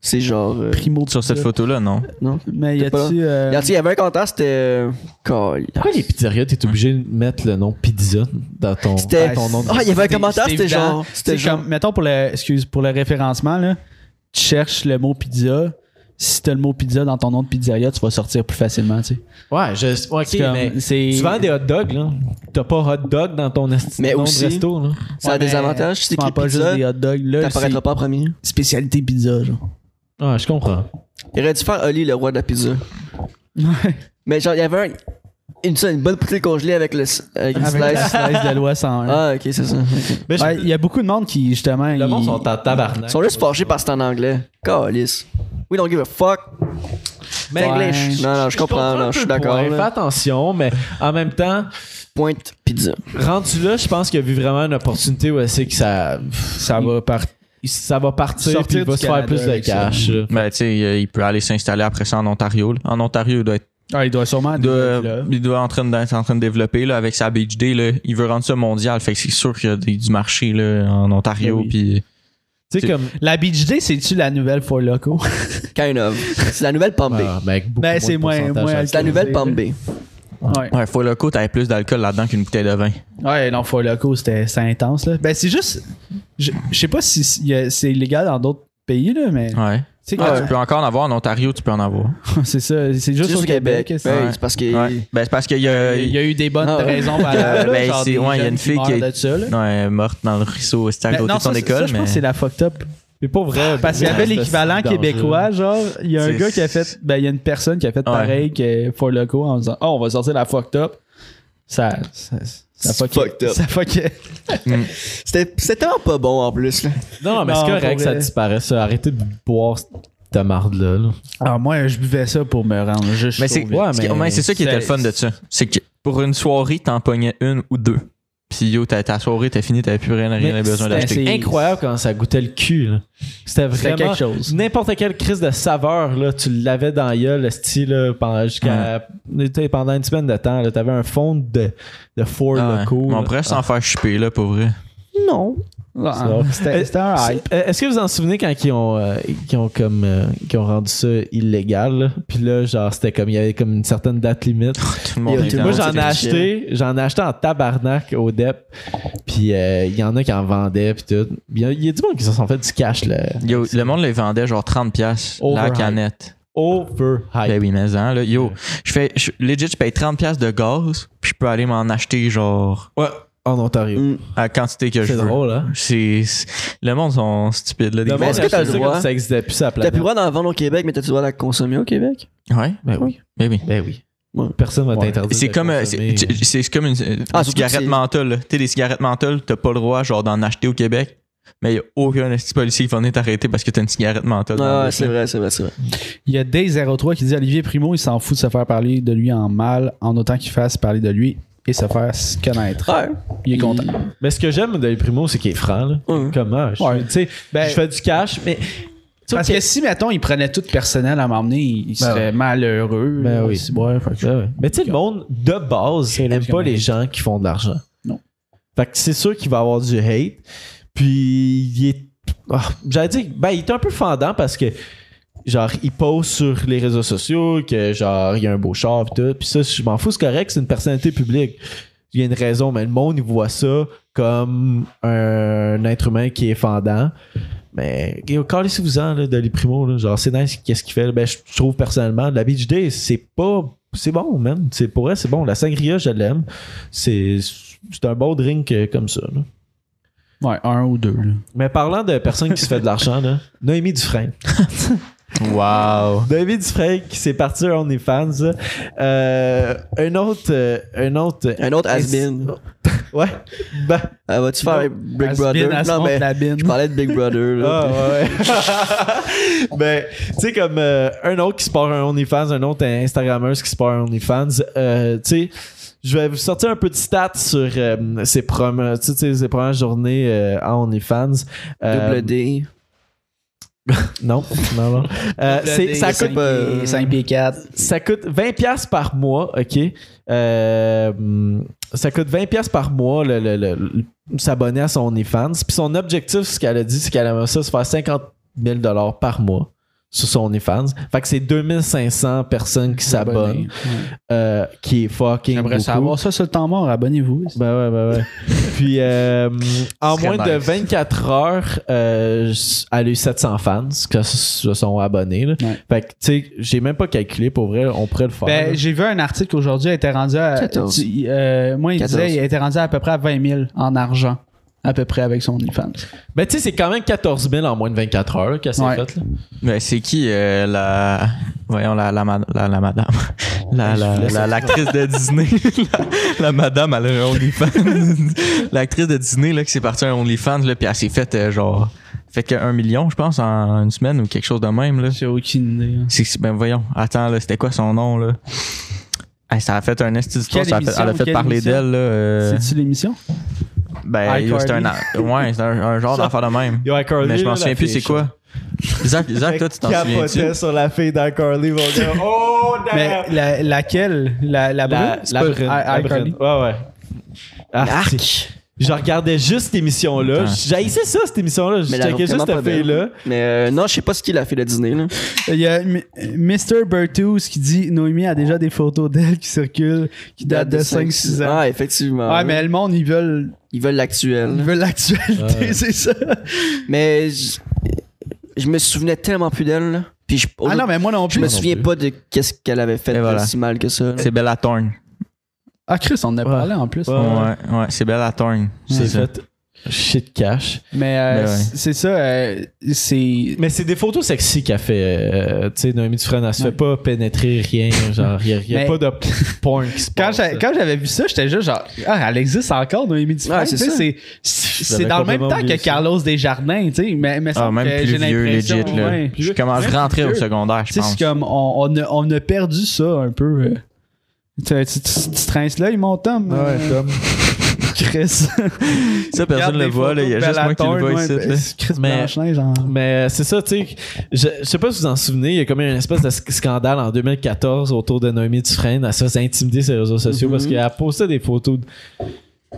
B: C'est genre. euh,
C: Primo
D: Sur cette photo-là, non.
B: non?
C: Mais y
B: T'es pas
C: a-tu. euh,
B: Regarde, il y avait un commentaire, c'était. euh, Carl.
A: Pourquoi les pizzerias, t'es obligé de mettre le nom pizza dans ton,
B: C'était-
A: ton nom de-
B: Ah, il y avait un
C: C'était-
B: commentaire, c'était
C: évident.
B: genre. C'était
C: C'est
B: genre.
C: comme, mettons, pour le, excuse, pour le référencement, là, tu cherches le mot pizza. Si t'as le mot pizza dans ton nom de pizzeria, tu vas sortir plus facilement, tu sais.
A: Ouais, je. ouais,
C: C'est
A: Ok,
C: comme-
A: mais.
C: c'est-
A: Tu vends des hot dogs, là. T'as pas hot dog dans ton esti-
B: Mais
A: nom de
B: aussi-
A: resto, là.
B: Ça a
C: Ouais,
B: des
C: mais
B: avantages, si
C: Tu vends
B: t'écris
C: pas
B: pizza,
C: juste des hot dogs. Là,
B: t'apparaîtras
C: c'est
B: pas en premier.
C: spécialité pizza, genre.
A: Ouais, je comprends.
B: Il aurait dû faire Oli, le roi de la pizza. Mais genre, il y avait un- une, une bonne poutine congelée avec le s- avec une
C: Avec la
B: slice.
C: slice de loi 101.
B: Ah, ok, c'est ça. ok.
A: Mais je-
C: Ouais, il y a beaucoup de monde qui, justement.
A: le monde
C: ils-
A: sont en tabarnak.
B: Ils sont juste fâchés parce que c'est en anglais. Calice. We don't give a fuck.
A: Mais-
B: English. Non, non, je comprends. Non,
A: un
B: je suis
A: peu le
B: d'accord.
A: point, Fais
B: là.
A: attention, mais en même temps,
B: Pointe pizza.
A: rendu là, je pense qu'il y a vu vraiment une opportunité où c'est que ça,
C: Ça va par.
A: ça va partir
C: Sortir
A: puis il va
C: du
A: se faire
C: Canada
A: plus de
C: avec ça.
A: cash. là.
D: Ben, tu sais, il- il peut aller s'installer après ça en Ontario. là. En Ontario, il doit être
C: Ah, il doit sûrement.
D: il doit,
C: être là.
D: il doit en train d'être en train de développer là, avec sa BHD. Là, il veut rendre ça mondial. Fait que c'est sûr qu'il y a des- du marché là, en Ontario.
A: Ben oui.
D: puis-
A: Tu sais,
D: C'est-
A: comme.
C: La Beach Day, c'est-tu la nouvelle Four Loco?
B: Kind of. C'est la nouvelle Pomme B.
A: Ah, ben, avec beaucoup
C: Ben, c'est
A: de
C: moins-
A: pourcentage
C: moins-
A: à-
B: C'est la nouvelle Pomme B.
C: Ouais.
D: Ouais, faut le coup, t'avais plus d'alcool là-dedans qu'une bouteille de vin.
C: Ouais, non, Four Loco, c'était c'était intense, là. Ben, c'est juste. Je je sais pas si s'il y a- c'est illégal dans d'autres pays, là, mais. Tu
D: Ouais.
C: sais,
D: Ah,
C: quand
D: Tu peux encore en avoir en Ontario, tu peux en avoir.
C: tu- (laughs) c'est ça. C'est juste
B: Juste
C: au Québec.
B: Ouais,
C: c'est-
B: C'est parce que.
D: Ouais. Ben, c'est parce qu'il y a.
C: Il y a eu des bonnes
B: Ah, ouais.
D: (laughs)
C: raisons valables. là,
D: Ben,
C: genre
D: c'est-
C: des
D: ouais, il y a
C: jeunes
D: une fille qui
C: meurent
D: est-
C: de ça, là.
D: Non, elle est morte dans le ruisseau, c'était à
C: Ben,
D: côté
C: non,
D: de son
C: ça,
D: école,
C: ça, je
D: mais.
C: pense que c'est la fucked up. Ah,
A: Mais pas vrai.
C: Parce qu'il y avait
A: Ouais,
C: l'équivalent
A: c'est- c'est dangereux.
C: québécois, genre, il y a un
D: C'est-
C: gars qui a fait, ben, il y a une personne qui a fait pareil que For Loco en disant, oh, on va sortir la fucked up. Ça, ça, ça
B: C'est
C: fuckait-
B: fucked up.
C: Ça fuckait.
B: C'était c'était tellement pas bon en plus. là.
A: Non, mais
C: Non,
A: c'est
C: pour
A: correct que ça
C: vrai.
A: disparaisse. ça. Arrêtez de boire cette marde-là. là.
C: Ah, moi, je buvais ça pour me rendre. Je
D: Mais c'est
A: Ouais,
D: ce qui-
A: mais
D: ouais, c'est ça qui était le fun de ça. C'est que pour une soirée, t'en pognais une ou deux. Puis yo, t'as- ta soirée, t'as fini, t'avais plus rien, rien
A: Mais
D: besoin
A: c'était-
D: d'acheter.
A: C'est incroyable comment ça goûtait le cul. là. C'était
C: C'était
A: vraiment
C: quelque chose.
A: N'importe quelle crise de saveur, là, tu l'avais dans la gueule, le style, là, pendant, jusqu'à, tu sais, pendant une semaine de temps. là, T'avais un fond de, de four
D: Ah ouais.
A: locaux.
D: Mais On
A: là.
D: pourrait s'en faire chipper, là, pour vrai.
C: Non. C'était c'était un hype.
A: Euh, Est-ce que vous en souvenez quand ils ont, euh, qu'ils ont comme euh, qu'ils ont rendu ça illégal? là? Puis là, genre, c'était comme il y avait comme une certaine date limite.
D: Tout le monde
B: Yo,
D: est
B: tout le
A: Moi,
D: dans-
B: monde
A: j'en ai
B: c'était
A: acheté, j'en ai acheté en tabarnak au DEP. Puis euh, il y en a qui en vendaient puis tout. Il y, a- il y a du monde qui se sont fait du cash là.
D: Yo, le monde les vendait genre 30$ piastres, la
A: Overhype.
D: canette. Ben
A: Overhype.
D: oui, mais hein, là, yo, je fais, je- legit, je paye 30$ piastres de gaz, puis je peux aller m'en acheter genre
A: Ouais. En Ontario.
B: Mm.
D: à la quantité que je
A: C'est
D: veux.
A: drôle, hein?
D: C'est, c'est- le monde sont stupides, là, des
A: Le
D: fois.
A: monde
B: est-ce que t'as le
A: achetait ça
B: droit?
A: comme Ça existait plus à la
B: T'as
A: planète.
B: plus le droit d'en vendre au Québec, mais t'as-tu le droit de la consommer au Québec?
D: Ouais,
A: Ben oui.
D: ben oui.
A: Ben oui.
B: Ouais.
A: Personne va
C: Ouais.
A: t'interdire.
D: C'est
A: de
D: comme, euh,
A: consommer.
D: c'est c'est- c'est comme une, une
B: Ah, surtout que
D: cigarette
B: c'est-
D: mentale. là. Tu sais, les cigarettes mentales, t'as pas le droit genre d'en acheter au Québec, mais il y a aucun petit policier qui va venir t'arrêter parce que t'as une cigarette mentale. dans
B: Ah,
D: le-
B: ouais, c'est vrai, c'est vrai, c'est vrai.
C: Il y a Day03 qui dit Olivier Primo, il s'en fout de se faire parler de lui en mal, en autant qu'il fasse parler de lui et se faire se connaître.
B: Ouais.
C: Il est content.
A: Mais ce que j'aime de Primo, c'est qu'il est franc. Là.
B: Ouais.
A: Comment? Je,
C: Ouais.
A: tu sais,
C: Ben-
A: je fais du cash, mais. Tu
C: Parce
A: sais,
C: que si, mettons, il prenait tout personnel à m'emmener, il serait
A: ouais.
C: malheureux.
A: Ben
C: là,
A: oui.
C: si- ouais, fait que-
A: Ouais, ouais. Mais tu sais, le monde, de base, n'aime pas les gens qui font de l'argent.
C: Non.
A: Fait que c'est sûr qu'il va avoir du hate. Puis, il est. Ah, J'allais dire, ben, il est un peu fendant parce que, genre, il pose sur les réseaux sociaux que, genre, il y a un beau char et tout. Puis ça, je m'en fous, c'est correct, c'est une personnalité publique. Il y a une raison, mais le monde, il voit ça comme un être humain qui est fendant. Mais, encore si vous en, là, de Primo, là, genre, c'est nice, qu'est-ce qu'il fait? là. Ben, je trouve personnellement, la Beach Day, c'est pas. C'est bon, man. C'est, pour vrai, c'est bon. La sangria, je l'aime. C'est, c'est un bon drink euh, comme ça. là.
C: Ouais, un ou deux. là.
A: Mais parlant de personnes qui se fait de l'argent, là, Noémie Dufresne.
D: Wow.
A: Noémie Dufresne qui s'est partie à OnlyFans. là. Euh, un autre. euh, un autre.
B: Un autre has-been.
A: Ouais. Ben,
B: Ah, Vas-tu faire Big
C: Elle se
B: Brother?
C: bine, elle se
B: Non,
C: monte
B: mais
C: la bine.
B: je parlais de Big Brother. là.
A: Ah, ouais. (laughs) ben, tu sais, comme euh, un autre qui se part un OnlyFans, un autre Instagrammeuse qui se part un OnlyFans, euh, tu sais, je vais vous sortir un peu de stats sur euh, ses, prom- tu sais, tu sais, ses premières journées euh, en OnlyFans.
C: ah,
A: Euh,
B: Double D.
A: Non, non, non. Euh, c'est- ça,
B: c'est
A: coûte,
B: pas- euh,
C: 5 p 4.
A: ça coûte 20$ par mois, OK? Euh, ça coûte 20$ piastres par mois le, le- le- le- s'abonner à son OnlyFans. Puis son objectif, ce qu'elle a dit, c'est qu'elle aimerait ça se faire 50 000$ par mois sur son OnlyFans. Fait que c'est 2500 personnes qui s'abonnent, euh, qui est fucking
C: J'aimerais
A: beaucoup.
C: savoir ça sur le temps mort, abonnez-vous.
A: Ben ouais, ben
C: (laughs)
A: ouais. Puis euh, en
D: serait
A: moins de
D: nice.
A: 24 heures, euh, j- elle a eu 700 fans qui se sont abonnés. là.
C: Ouais.
A: Fait que tu sais, j'ai même pas calculé pour vrai, on pourrait le faire. là.
C: Ben, j'ai vu un article qu'aujourd'hui, elle était rendue à.
B: 14.
C: tu- euh, moi, il
B: 14.
C: disait, elle était rendue à, à peu près à 20 000 en argent, à peu près avec son OnlyFans.
A: Ben, tu sais, c'est quand même 14 000 en moins de 24 heures là, qu'elle s'est
C: Ouais.
A: faite. là.
D: Mais c'est qui euh, la. Voyons, la, la, ma- la, la madame. La, la, la- l'actrice de Disney. (laughs) la, la madame, elle a un OnlyFans. (laughs) l'actrice de Disney, là, qui s'est partie à un OnlyFans, là, puis elle s'est faite, euh, genre. Fait que 1 million, je pense, en une semaine ou quelque chose de même, là.
C: J'ai aucune idée. hein.
D: C'est, c'est- ben voyons, attends, là, c'était quoi son nom, là? Ah, ça a fait un esti d'histoire,
C: Quelle
D: ça a fait-
C: émission,
D: elle a fait
C: quelle
D: parler
C: émission?
D: d'elle, là. euh,
C: C'est-tu l'émission?
D: ben,
C: iCarly?
D: yo, c'est un, a- ouais, c'est un, un genre d'affaire de même.
A: Yo, iCarly,
D: Mais je m'en
A: là,
D: souviens
A: la
D: plus,
A: fille
D: c'est
A: est chaude.
D: quoi? Zach, Zach, toi, tu t'en
A: Capotait
D: souviens-tu?
A: sur la fille d'iCarly, mon (laughs) gars. Oh, damn!
C: Mais la- laquelle? La, la,
A: la,
C: brune? C'est
A: la
C: pas-
A: brune.
C: I-
A: la
C: iCarly.
A: brune. Ouais, ouais. Ah, c'est- Je regardais juste cette émission-là.
D: Attends.
A: J'haïssais ça, cette émission-là. Je
B: Mais la
A: checkais
B: robe
A: juste
B: vraiment pas
A: cette
B: belle.
A: fille-là.
B: Mais euh, non, je sais pas ce qu'il a fait le dîner. Là.
C: Il y a M- Mr. Bertus qui dit Noémie a déjà des photos d'elle qui circulent, qui datent de 5-6 ans.
B: Ah, effectivement.
C: Ouais, mais le monde, ils veulent
B: Ils veulent
C: ils
B: l'actuel.
C: veulent l'actualité, (laughs) c'est ça.
B: Mais je, je me souvenais tellement plus d'elle. là. Puis je,
C: Ah non, mais moi non
B: Oh, je
C: plus.
B: me souviens pas de qu'est-ce qu'elle avait fait
D: Et
B: de
D: voilà.
B: si mal que ça. là.
D: C'est Bella Thorne.
C: Ah, Chris, on en a
A: Ouais.
C: parlé en plus.
A: Ouais.
D: Ouais, ouais, c'est Bella Thorne.
A: C'est fait shit cash.
C: Mais, euh,
D: Mais ouais.
C: c'est ça, euh, c'est.
A: Mais c'est des photos sexy qu'elle fait. euh, tu sais, Noémie Dufresne, elle se fait pas pénétrer rien. Genre, il n'y a,
C: Mais-
A: pas de porn qui se
C: Quand
A: passe.
C: j'a- quand j'avais vu ça, j'étais juste genre, ah, elle existe encore, Noémie Dufresne.
B: Ouais,
C: tu
B: c'est
C: sais,
B: ça.
C: c'est c'est-
A: J'avais
C: c'est dans le même
A: complètement
C: temps
A: oublié
C: que
A: ça.
C: Carlos Desjardins, tu sais. Mais, mais
D: Ah,
C: semble
D: même
C: que
D: plus
C: j'ai
D: vieux,
C: l'impression,
D: legit, là.
C: ouais.
D: Je commence à rentrer au secondaire, je
C: Tu sais,
D: pense.
C: c'est comme, on, on a, on a perdu ça un peu. euh. Tu sais, tu- tu- tu traînes là, ils mon Tom.
A: Ouais,
C: euh,
A: comme.
C: Chris.
D: Ça, personne le voit, là. Il y a juste moi qui le vois ici,
C: ben,
D: là.
C: Mais...
A: Mais- Mais euh, c'est ça, tu sais. Je, je sais pas si vous en souvenez, il y a comme eu une espèce de sc- scandale en 2014 autour de Noémie Dufresne. Elle se faisait intimider sur les réseaux sociaux
B: Mm-hmm.
A: parce qu'elle postait des photos, de-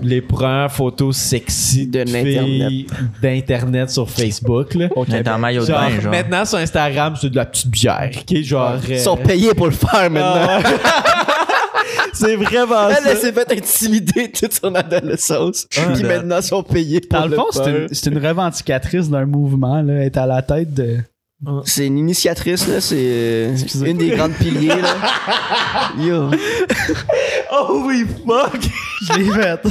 A: les premières photos sexy
B: De
A: de filles d'Internet sur Facebook. Là.
D: Elle est en maillot de
A: Genre,
D: bain, genre.
A: maintenant sur Instagram, c'est de la petite bière. qui est genre.
B: Ils
A: euh,
B: sont payés pour le faire maintenant.
A: ah ouais. c'est vraiment
B: (laughs) Elle,
A: ça.
B: elle s'est fait intimider toute son adolescence.
D: Ah,
B: Puis
D: ben.
B: maintenant, ils sont payés pour
C: Dans le fond, c'est
B: faire.
C: une, c'est une revendicatrice d'un mouvement, là, être à la tête de.
B: C'est une initiatrice, là. C'est euh,
A: Excusez.
B: une des grandes piliers, là. Yo.
A: Oh oui, fuck!
C: Je l'ai faite.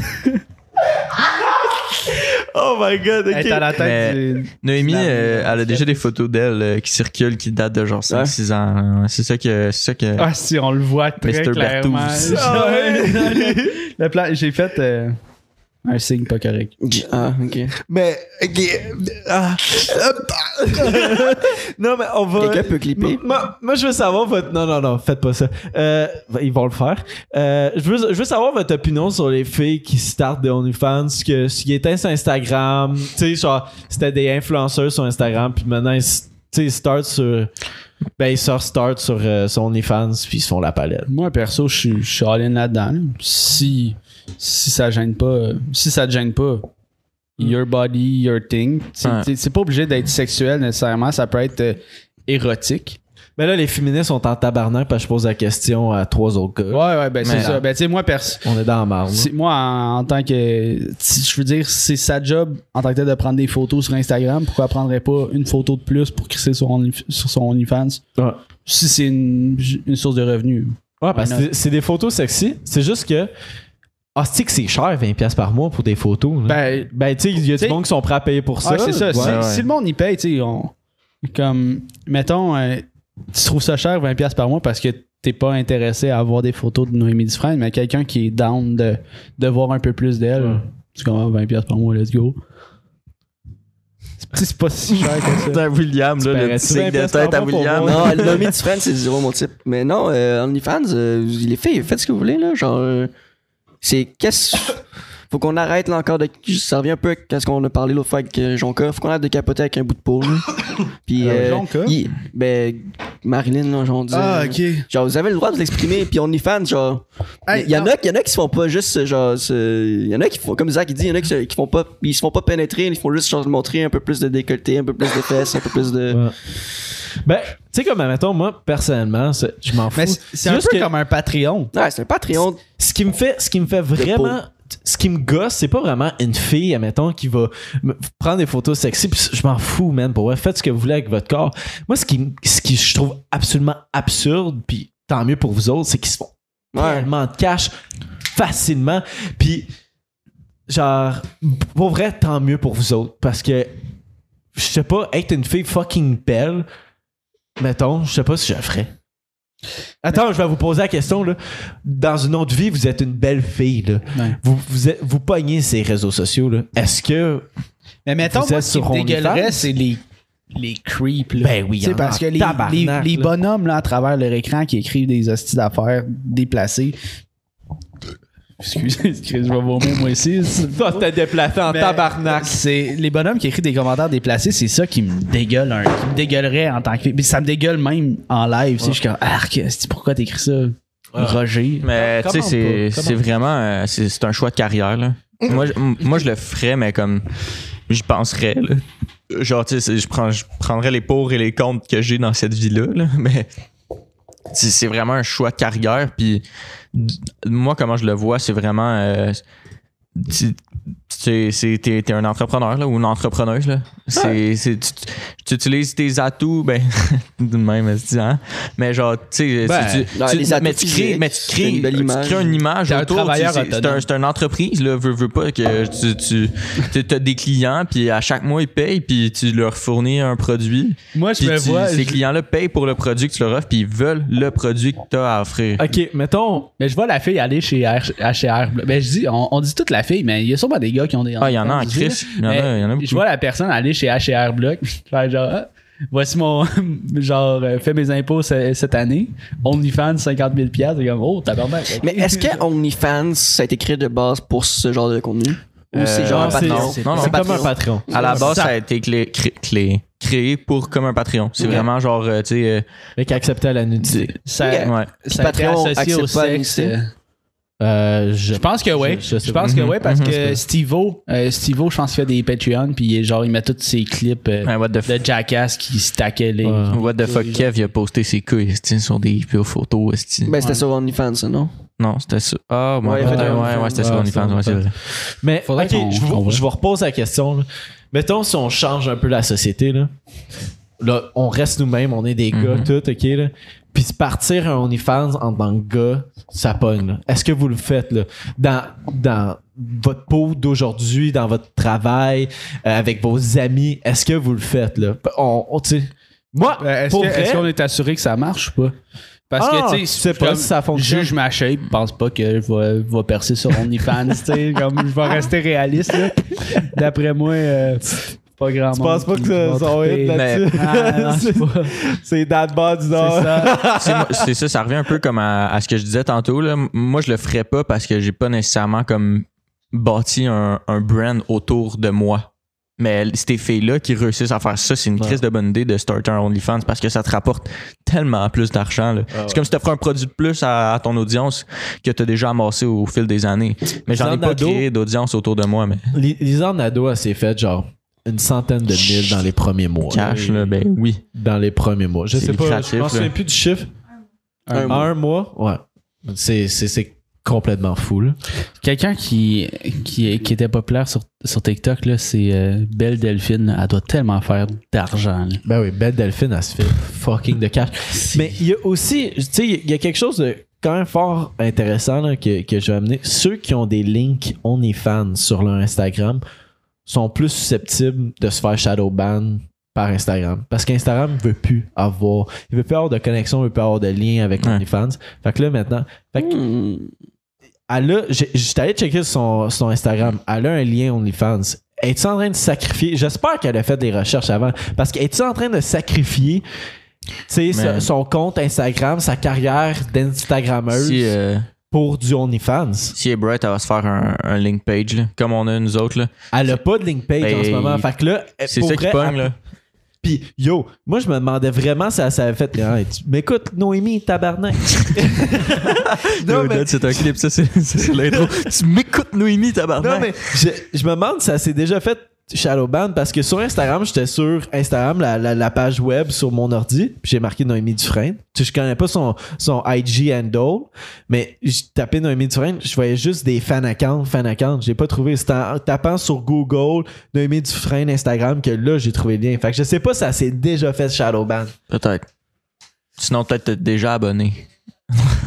A: Oh my god, ok.
C: être à la
D: Mais-
C: tête du.
D: Noémie,
C: Finalement,
D: euh, elle a
C: c'est-
D: déjà des photos d'elle euh, qui circulent, qui datent de genre 5-6 ans. là. C'est ça que. C'est ça que.
C: Ah, si, on le voit très
D: Mr.
C: clairement.
D: Berthouz.
A: Ah
C: (laughs)
A: ouais.
C: Le plan- J'ai fait euh, un signe pas correct.
B: Ah, ok.
A: Mais. ok, ah, hop, ah. non, mais on va.
B: Quelqu'un peut clipper?
A: Moi, moi, je veux savoir votre. Non, non, non, faites pas ça. Euh, ils vont le faire. Euh, je, veux, je veux savoir votre opinion sur les filles qui startent de OnlyFans, que, qui étaient sur Instagram. Tu sais, genre, c'était des influenceurs sur Instagram, puis maintenant, ils, s- tu sais, ils startent sur. Ben, ils sortent start sur euh, sur OnlyFans, puis ils se font la palette.
C: Moi, perso, je suis- je suis all-in là-dedans. là. Si, si ça gêne pas, euh, si ça te gêne pas, your body, your thing. C'est
D: Ouais.
C: c'est- c'est pas obligé d'être sexuel nécessairement, ça peut être euh, érotique.
A: Mais Ben là, les féministes sont en tabarnak, parce que je pose la question à trois autres gars.
C: Ouais, ouais, ben c'est
D: Mais-
C: ça. Ben, tu sais, moi, perso.
A: On est dans la marde.
C: c'est- Moi, en, en tant que. si Je veux dire, c'est sa job en tant que tel de prendre des photos sur Instagram. Pourquoi elle prendrait pas une photo de plus pour crisser sur, Only- sur son OnlyFans
A: Ouais.
C: si c'est une, une source de revenus?
A: Ouais, parce que
C: Why not?
A: c'est- c'est des photos sexy. C'est juste que. Ah, c'est que c'est cher, 20$ piastres par mois pour des photos. là.
C: Ben,
A: Ben, tu sais, il y a
C: t'sais-
A: du monde qui sont prêts à payer pour ça.
C: Ah, c'est ça.
A: Ouais.
C: si,
D: ouais.
C: si le monde y paye, tu sais, on- comme, mettons, euh, tu trouves ça cher 20$ par mois parce que t'es pas intéressé à avoir des photos de Noémie Dufresne, mais quelqu'un qui est down de, de voir un peu plus d'elle,
A: Ouais.
C: tu comprends, 20$ par mois, let's go. C'est c'est pas si cher que ça.
D: Putain, William,
A: Tu paierais-tu 20 piastres par mois pour voir?
B: Non, l'homme du fan, c'est zéro mon type. Mais non, euh, OnlyFans, euh, les filles, faites ce que vous voulez, là. Genre, euh, c'est qu'est-ce. Faut qu'on arrête, là, encore de. Ça revient un peu à ce qu'on a parlé l'autre fois avec euh, Jonca. Faut qu'on arrête de capoter avec un bout de peau, là. Puis.
C: Alors,
B: euh,
C: Jonca?
B: il- Ben, Marilyn, là, genre, on disait,
E: Ah, ok.
B: genre, vous avez le droit de l'exprimer, puis on est fan, genre.
E: Hey,
B: il y, en a, il y en a qui se font pas juste, euh, genre, se- il y en a qui font, comme Zach il dit, il y en a qui se, qui font pas, ils se font pas pénétrer, ils font juste, genre, montrer un peu plus de décolleté, un peu plus de fesses, un peu plus de.
A: Ouais. Ben, tu sais, comme, admettons, moi, personnellement, c'est- je m'en fous.
C: Mais c'est c'est un
A: Juste
C: peu
A: que-
C: comme un Patreon.
B: Ouais, c'est un Patreon.
A: ce qui me fait ce qui me fait vraiment ce qui me gosse c'est pas vraiment une fille admettons qui va me- prendre des photos sexy puis je m'en fous man pour vrai faites ce que vous voulez avec votre corps moi ce qui me- ce qui je trouve absolument absurde puis tant mieux pour vous autres c'est qu'ils se font
B: Ouais.
A: tellement de cash facilement puis genre pour vrai tant mieux pour vous autres parce que je sais pas être une fille fucking belle mettons je sais pas si je le ferais Attends, je vais vous poser la question. Là. Dans une autre vie, vous êtes une belle fille. Là.
C: Ouais.
A: Vous, vous, êtes- vous pognez ces réseaux sociaux. là. Est-ce que.
C: Mais mettons,
A: Vous
C: moi,
A: êtes
C: ce qui
A: sur
C: me dégueulerait,
A: OnlyFans?
C: c'est les, les creeps. Là.
A: Ben oui,
C: Tu sais,
A: en-
C: parce
A: en
C: que les,
A: tabarnak,
C: les-
A: là.
C: les bonhommes là, à travers leur écran qui écrivent des hosties d'affaires déplacées. Excusez, Chris, je vais vomir moi aussi.
A: Ça, c'était déplacé en
C: Mais
A: tabarnak.
C: C'est les bonhommes qui écrivent des commentaires déplacés, c'est ça qui me dégueule, un- qui me dégueulerait en tant que. Puis ça me dégueule même en live. tu sais, Je suis comme, arc, c'est- pourquoi t'écris ça,
A: Ah.
C: Roger?
D: Mais tu
A: Comment
D: sais, c'est-
A: pas? Comment?
D: c'est vraiment. euh, C'est c'est un choix de carrière, là. moi, je, m- moi, je le ferais, mais comme. J'y penserais, là. Genre, tu sais, c'est- je, prends, je prendrais les pour et les contre que j'ai dans cette vie-là, là, (laughs) Mais. C'est c'est vraiment un choix de carrière. Puis. d- Moi, comment je le vois, c'est vraiment. euh, tu- tu- c'est- T'es t'es un entrepreneur là, ou une entrepreneuse. Là. C'est- c'est- tu, tu utilises tes atouts, ben, (laughs) de même, esti, hein? mais genre, tu sais,
A: Ben,
D: tu-
B: non,
D: tu-
B: les atouts
D: mais tu crées,
B: physiques,
D: mais tu
B: c'est
D: crées,
B: une belle
D: tu
B: image.
D: crées une image
C: T'es un
D: autour. tu sais,
C: travailleur
D: C'est c'est un-
C: autonome.
D: c'est une entreprise, là, veux, veux pas que tu, tu, as des clients, puis à chaque mois ils payent, puis tu leur fournis un produit.
C: Moi, je
D: Puis
C: me
D: tu-
C: vois.
D: ces
C: je-
D: clients-là payent pour le produit que tu leur offres, puis ils veulent le produit que tu as à offrir.
A: Ok, mettons.
C: Mais je vois la fille aller chez H- HR. Ben, je dis, on, on dit toute la fille, mais il y a sûrement des gars qui ont des.
D: Ah, il y en a en
C: je dis,
D: crise. Il y en
C: Mais
D: a, il y en a
C: Je
D: beaucoup.
C: vois la personne aller chez HR Block, (laughs) faire genre, Ah, voici mon, (laughs) genre, euh, fais mes impôts ce- cette année, OnlyFans 50 000 piastres, et comme, oh, tabarnak.
B: Mais est-ce que OnlyFans, ça a été créé de base pour ce genre de contenu? Ou c'est
D: Euh,
B: genre un
A: non, c'est-
B: Patreon?
A: c'est-
D: Non, non,
A: C'est comme un
B: Patreon.
A: patron.
D: À la base, ça, a été clé- cré- clé- créé pour comme un Patreon. C'est
B: Ok.
D: vraiment genre, euh, tu sais, euh,
A: Mais qui acceptait la nudité.
C: ça,
B: Ok.
D: ouais.
C: ça a été
B: euh, Patreon
C: associé au
B: accepte pas la
C: sexe?
B: nudité?
C: euh,
A: Euh, je
C: Je pense que oui.
A: Je- je
C: Je,
A: sais
C: pense que oui, parce
D: Mhm,
C: que Steve-O, euh, Steve-O, je pense qu'il fait des Patreon, puis il est genre, il met tous ses clips euh,
D: Ouais, what the
C: de Jackass qui stackait les.
A: Ouais.
D: What the fuck, Kev, il a posté ses couilles esti, sur des photos. esti.
B: Ben, c'était sur OnlyFans, ça, non?
D: Non, c'était ça. Ah, ouais,
B: Ouais,
D: ouais,
B: il a fait un
D: ouais, ouais,
A: OnlyFans.
D: c'était sur
A: Ouais,
D: OnlyFans,
A: c'est
D: ouais, c'est vrai.
A: Mais
C: Faudrait
A: ok,
C: qu'on-
A: je, vous,
C: qu'on
A: je vous repose la question. là. Mettons si on change un peu la société là. Là, on reste nous-mêmes, on est des
D: Mhm.
A: gars tout, ok là. Puis se partir un OnlyFans en tant que gars, ça pogne. là. Est-ce que vous le faites là dans dans votre peau d'aujourd'hui, dans votre travail, euh, avec vos amis, est-ce que vous le faites là On, on tu sais, moi,
C: Euh, Est-ce
A: pour
C: que-
A: vrai,
C: est-ce qu'on est, assuré que ça marche ou pas? Parce
A: Ah,
C: que, tu
A: tu sais
C: sais,
A: pas
C: comme
A: si ça fonctionne.
C: Juge ma shape, pense pas que je vais, je vais percer sur OnlyFans, tu sais, comme je vais rester réaliste, là. D'après moi, euh, pas grand
A: tu
C: monde.
A: penses pas
C: qui
A: que
C: va
A: ça, ça va
C: triper.
A: être (laughs) là-dessus
C: Ah, non, je sais pas.
A: C'est dans le bas du
C: C'est
A: Nord.
C: ça.
D: C'est moi- c'est ça, ça revient un peu comme à, à ce que je disais tantôt. Là. Moi, je le ferais pas parce que j'ai pas nécessairement comme bâti un, un brand autour de moi. Mais ces filles-là qui réussissent à faire ça, c'est une
A: Ouais.
D: crise de bonne idée de starter un OnlyFans parce que ça te rapporte tellement plus d'argent. là.
A: Ah ouais.
D: C'est comme si tu offrais un produit de plus à, à ton audience que tu as déjà amassé au fil des années. Mais j'en ai
A: Genre
D: pas
A: d'ado.
D: créé d'audience autour de moi. Mais
A: Li- Lisa Nado, elle s'est faite genre une centaine de mille dans les premiers mois.
D: cash, là, ben oui.
A: Dans les premiers mois. Je
D: C'est
A: sais pas,
D: lucratif,
A: je m'en
D: là.
A: souviens plus du chiffre.
B: Un
A: Un mois, ouais. C'est- C'est c'est complètement fou, là.
C: Quelqu'un qui, qui, qui était populaire sur, sur TikTok, là, c'est euh, Belle Delphine. là. Elle doit tellement faire d'argent. là.
A: Ben oui, Belle Delphine, elle se fait fucking de cash. Mais il y a aussi, tu sais, il y a quelque chose de quand même fort intéressant là, que, que je vais amener. Ceux qui ont des links OnlyFans sur leur Instagram sont plus susceptibles de se faire shadowban par Instagram. Parce qu'Instagram veut plus avoir, il veut plus avoir de connexion, il veut plus avoir de lien avec
D: Ouais.
A: OnlyFans. Fait que là maintenant, fait que
B: Hmm.
A: elle a, j'ai- j'étais allé checker son, son Instagram. Elle a un lien OnlyFans. Es-tu en train de sacrifier? J'espère qu'elle a fait des recherches avant. Parce que es-tu en train de sacrifier tu sais,
D: Mais-
A: son, son compte Instagram, sa carrière d'Instagrammeuse
D: Si, euh,
A: pour du OnlyFans?
D: si elle est bright, elle va se faire un, un link page, là, comme on a nous autres. là.
A: Elle a pas de link page
D: Ben,
A: en ce moment. Fait que là,
D: C'est
A: Eh, pour
D: ça qui
A: vrai,
D: pogne,
A: elle-
D: là.
A: Puis yo, moi je me demandais vraiment si ça avait fait. Hey, tu m'écoutes, Noémie, tabarnak. (laughs) non,
D: Yo,
A: mais,
D: Dad, c'est un clip, ça, c'est ça, c'est l'intro. tu m'écoutes, Noémie, tabarnak.
A: non, mais je, je me demande si ça s'est déjà fait Shadowban parce que sur Instagram, j'étais sur Instagram, la, la- la page web sur mon ordi, puis j'ai marqué Noémie Dufresne. Tu sais, je connais pas son, son IG handle, mais je tapais Noémie Dufresne, je voyais juste des fan accounts, fan accounts. J'ai pas trouvé. C'est en tapant sur Google Noémie Dufresne Instagram que là, j'ai trouvé le lien. Fait que je sais pas si ça s'est déjà fait Shadowban.
D: Peut-être. Sinon, peut-être t'es déjà abonné.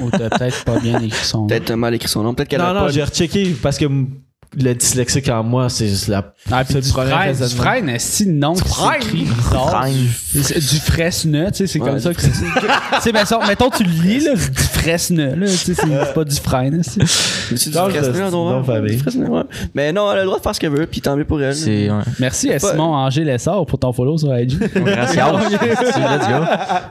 C: Ou t'as peut-être pas bien écrit son nom.
B: Peut-être mal écrit son nom. Peut-être qu'elle
A: Non,
B: a
A: non,
B: pas.
A: j'ai rechecké parce que m- le dyslexique en moi, c'est juste la.
C: Ah, puis
A: C'est
C: du
A: le premier
C: frein, du
A: raisonnement.
C: frein, est-ce que non, qui s'écrit bizarre.
D: Frein.
C: C'est Du fresne, tu sais, c'est
B: Ouais,
C: comme
B: du
C: ça que (laughs) c'est. tu sais, mais ça, mettons, tu le lis, là, du fresne, là, tu sais, c'est pas du frein, là, c'est-
B: C'est du
A: Non,
B: Fresnel,
A: c'est
B: non,
A: une
B: non,
A: bonne famille.
B: du Fresnel, ouais. Mais non, elle a le droit de faire ce qu'elle veut, puis tant mieux pour elle.
D: C'est. Ouais.
C: Merci à
B: Pas-
C: Simon Angers Lessard pour ton follow sur IG. (laughs)
D: Gracias. Let's go.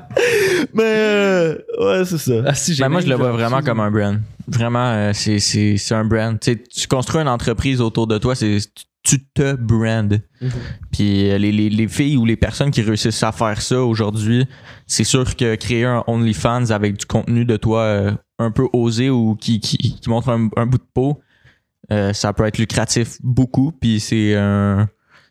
A: Mais euh, ouais, c'est ça.
C: Ah, si, j'ai
D: Ben, moi,
C: même-
D: je le vois vraiment comme un brand. Vraiment, euh, c'est- c'est c'est un brand. Tu sais, tu construis une entreprise autour de toi, c'est tu- tu te brandes.
C: Mm-hmm.
D: Puis euh, les, les- les filles ou les personnes qui réussissent à faire ça aujourd'hui, c'est sûr que créer un OnlyFans avec du contenu de toi euh, un peu osé ou qui, qui, qui montre un, un bout de peau, euh, ça peut être lucratif beaucoup. Puis c'est un-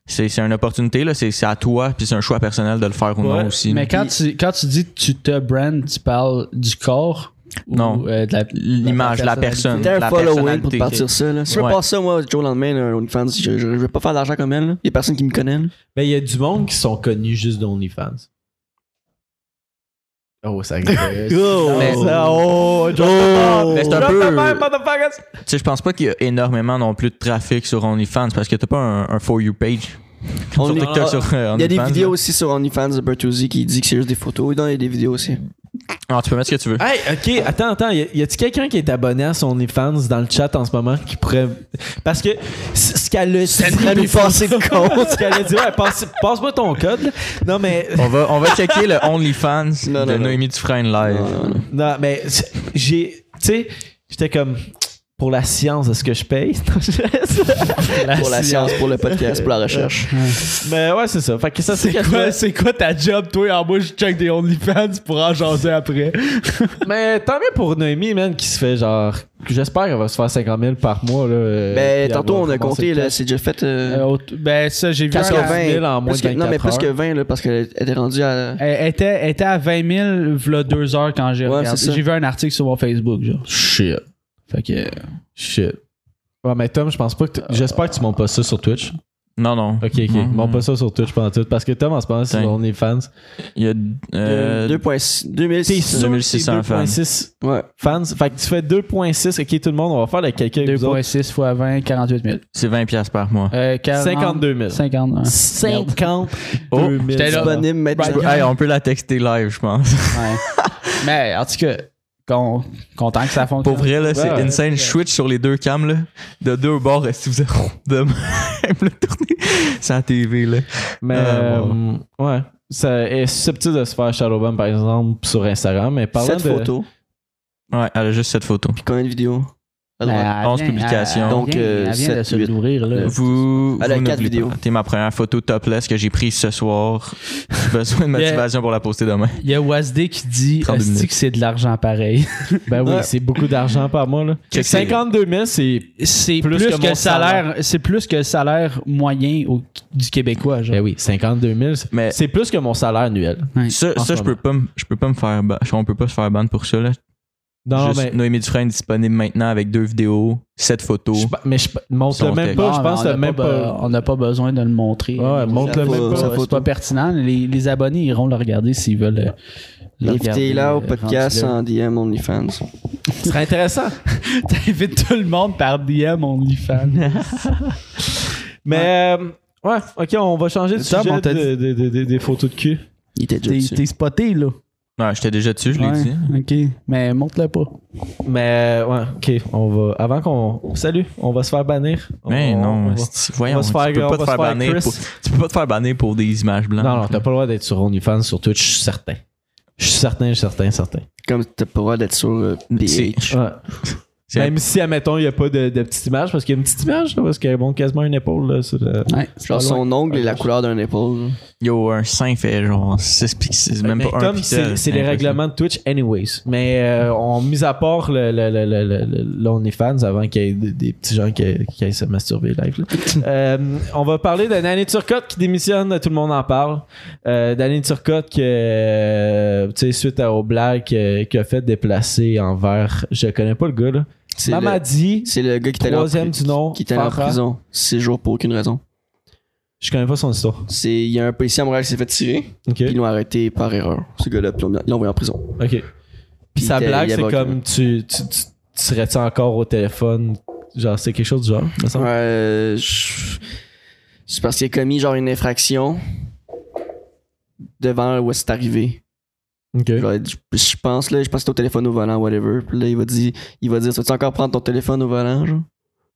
D: C'est c'est une opportunité, là. C'est c'est à toi, puis c'est un choix personnel de le faire ou
A: Ouais,
D: non aussi.
C: Mais quand tu, quand tu dis tu te brandes, tu parles du corps ou
D: Non.
C: euh, de la-
D: L'image, la personne.
B: T'as
D: la
B: un following pour
D: personnalité.
B: te partir ça. Là. Si je veux
D: Ouais.
B: pas ça, moi, du jour au lendemain, là, OnlyFans, je, je, je veux pas faire d'argent comme elle. Là. Y a personne qui me connaît. là.
A: Ben, il y a du monde qui sont connus juste d'OnlyFans. Oh, (laughs) ça existe.
D: Mais-
A: oh,
D: Mais c'est un peu- Tu sais, je pense pas qu'il y a énormément non plus de trafic sur OnlyFans parce que t'as pas un, un For You page. Comme
B: Only-
D: sur TikTok,
B: Ah,
D: sur euh, OnlyFans.
B: Il y a des vidéos
D: là.
B: aussi sur OnlyFans de Bertuzzi qui dit que c'est juste des photos. Et dans, il y a des vidéos aussi.
D: Ah, tu peux mettre ce que tu veux.
A: Hey, ok, attends, attends. Y a- y a-tu quelqu'un qui est abonné à son OnlyFans dans le chat en ce moment qui pourrait. Parce que c- ce qu'elle a dit.
B: nous passer le
A: compte. ce qu'elle a dit, ouais, passe- passe-moi ton code. là. Non, mais.
B: Oh.
D: On va, on va checker le OnlyFans
B: Non,
D: de
B: non, non.
D: Noémie Dufresne live.
A: Non, mais c'est- j'ai. Tu sais, j'étais comme. Pour la science, est-ce que je paye?
B: Pour la science, pour le podcast, pour la recherche.
A: mais ouais, c'est ça. Fait que ça, c'est quelque
C: (laughs)
A: chose.
C: c'est quoi ta job, toi? En moi, je check des OnlyFans pour en jaser après.
A: Mais tant mieux pour Noémie, man, qui se fait genre. J'espère qu'elle va se faire 50 000 par mois. Là, euh,
B: Ben,
A: puis
B: tantôt,
A: elle
B: on
A: va
B: a compté,
A: commencer
B: là,
A: le
B: c'est déjà fait. euh,
C: ben, ça, j'ai vu.
B: Parce
A: Parce
B: que
A: que
C: un-
B: 20,
A: 000 en moins
B: plus que-
A: de
B: non, mais
A: 24
B: plus que
A: heures.
B: 20, là, parce qu'elle était rendue à.
C: Elle elle était, elle était à 20 000 v'là deux heures quand j'ai
B: Ouais,
C: regardé.
B: c'est ça.
C: J'ai vu un article sur mon Facebook, genre.
A: Shit.
C: Fait que.
A: Shit. Ouais, mais Tom, je pense pas
B: Euh,
A: que. t- J'espère que tu montes pas ça sur Twitch.
D: Non, non.
A: Ok, ok.
D: Mhm.
A: Monte pas ça sur Twitch pendant tout. Parce que Tom, en ce moment, c'est
D: Dang.
A: sur OnlyFans.
D: Il y a
B: Euh,
D: euh,
B: 2.6 2600.
A: sûr que
D: 2600
A: c'est 2.6
B: euh, Ouais.
A: fans. Fait que tu fais 2.6. Ok, tout le monde, on va faire le calcul. avec vous autres.
C: 2,6 fois 20, 48 000.
D: c'est 20 pièces par mois.
C: Euh, 40
A: 52 000.
C: 50, ouais.
A: 50
D: Oh,
A: 000.
C: j'étais là.
B: Disponible
D: Tu
B: maintenant.
D: peux- hey, on peut la texter live, je pense.
C: Ouais. Mais en tout cas, con- content que ça fonctionne.
D: Pour vrai, là, c'est
A: ouais.
D: insane. Je switch sur les deux cams, là. De deux bords, si vous êtes (laughs) de même, le tourner. C'est à la TV, là.
A: Mais
D: Euh,
A: euh, ouais. Ça est susceptible de se faire Shadowban, par exemple, sur Instagram. Mais parlant
B: Cette
A: de.
B: photo,
D: Ouais, elle a juste cette photo.
B: puis combien de vidéos À
C: Mais
B: droite.
C: elle
D: 11
C: vient-
D: publications.
C: elle- elle
B: Donc,
C: vient-
B: euh,
C: elle vient de
B: sept,
C: se
B: huit.
C: l'ouvrir,
A: Euh,
D: Euh,
C: là.
D: Vous,
A: Ah,
B: Elle a
D: vous
B: quatre
D: n'oubliez
B: vidéos.
D: pas. T'es ma première photo topless que j'ai prise ce soir. (laughs) J'ai besoin de
C: Yeah.
D: motivation pour la poster demain.
C: Il y a Wasdé qui dit
D: 32
C: Esti
D: minutes.
C: que c'est de l'argent pareil.
A: Ben oui,
B: Ouais.
A: c'est beaucoup d'argent par mois. Là.
D: Que c'est-
A: 52 000, c'est.
C: C'est
A: Plus
C: plus,
A: que
C: que,
A: mon
C: le salaire, c'est plus que le salaire moyen au- du Québécois. Genre.
A: Ben oui, 52 000. c'est-
D: Mais-
A: C'est plus que mon salaire annuel.
C: Ouais.
D: Ça,
A: en
D: ça
A: ce
D: je peux pas me- je peux pas me faire ban. On peut pas se faire ban pour ça. Là.
A: Non,
D: Juste
A: mais.
D: Noémie Dufresne disponible maintenant avec deux vidéos, sept photos.
A: je pa- mais je pa- montre-le
D: Son
A: même
D: texte.
A: pas.
C: Non,
A: je
C: Ah, mais
A: pense
C: on
A: que
C: n'a
A: même
C: pas,
A: pas.
C: be- on n'a pas besoin de le montrer.
A: Ouais, montre-le
B: Ça
A: même
B: faut- ça
A: pas.
B: faut-
C: c'est pas pertinent. Les, les abonnés iront le regarder s'ils veulent euh, le regarder.
B: Invitez-la au
C: euh,
B: podcast
C: rendu
B: en DM OnlyFans.
A: Ce serait intéressant.
C: là. (laughs) T'invites tout le monde par DM
B: (laughs)
C: OnlyFans.
A: Mais. euh, Ouais, ok, on va changer de
C: Tom,
A: sujet
C: on t'a
A: de- de- de- de- des photos de cul.
B: Il était déjà
C: T'es
B: dessus.
C: t'es spoté, là.
D: Ouais, J'étais déjà dessus, je l'ai
C: Ouais,
D: dit.
C: OK. Mais montre-le pas.
A: Mais ouais, ok, on va. Avant qu'on. Salut, on va se faire bannir.
D: Mais
A: On- Oh, on
D: non,
A: va-
D: esti, voyons,
A: on va se
D: tu
A: faire-
D: peux
A: on
D: pas te
A: va se
D: faire
A: faire
D: bannir
A: Chris.
D: pour- tu peux pas te faire bannir pour des images blanches.
A: Non, non, t'as pas le droit d'être sur OnlyFans, sur Twitch, je suis certain. Je suis certain, je suis certain, certain.
B: Comme t'as pas le droit d'être sur euh,
D: C'est-
B: PH.
A: Ouais.
D: C'est-
A: Même si, admettons, il n'y a pas de, de petite image, parce qu'il y a une petite image, là, parce qu'elle montre quasiment une épaule. Là, sur euh, le-
C: Ouais.
B: Genre, son ongle est la couleur d'un épaule.
D: Yo, un 5 fait genre 6 pixels, même
A: Mais
D: pas un
A: comme c'est
D: pixel.
A: c'est les
D: Impossible.
A: règlements de Twitch, anyways. Mais euh, on mis à part le, le, le, le, le- le- l'OnlyFans avant qu'il y ait des, des petits gens qui, qui aillent se masturber live. là. Euh, on va parler de Danny Turcotte qui démissionne, tout le monde en parle. Euh, Danny Turcotte, que, euh, tu sais, suite à- aux blagues que- qu'il a fait déplacer envers. Je connais pas le gars, là.
B: C'est le,
A: Mamadi,
B: c'est le gars qui était allé en
A: troisième
B: pri-
A: du nom.
B: qui était allé en
A: Farah.
B: prison 6 jours pour aucune raison.
A: Je connais pas son histoire.
B: C'est il y a un policier à Montréal qui s'est fait tirer,
A: Ok.
B: puis ils l'ont arrêté par erreur. Ce gars-là, puis ils l'ont- ils l'ont envoyé en prison.
A: Ok. Puis sa
B: Il était-
A: blague,
B: il
A: c'est
B: avait-
A: comme tu, tu, tu, tu serais-tu encore au téléphone? Genre, c'est quelque chose du genre, me semble.
B: Ouais, je- c'est parce qu'il a commis genre une infraction devant où c'est arrivé.
A: Ok.
B: Genre, je, je pense là, je pense que c'était au téléphone au volant, whatever. Puis là, il va dire, il va dire, tu vas encore prendre ton téléphone au volant, genre.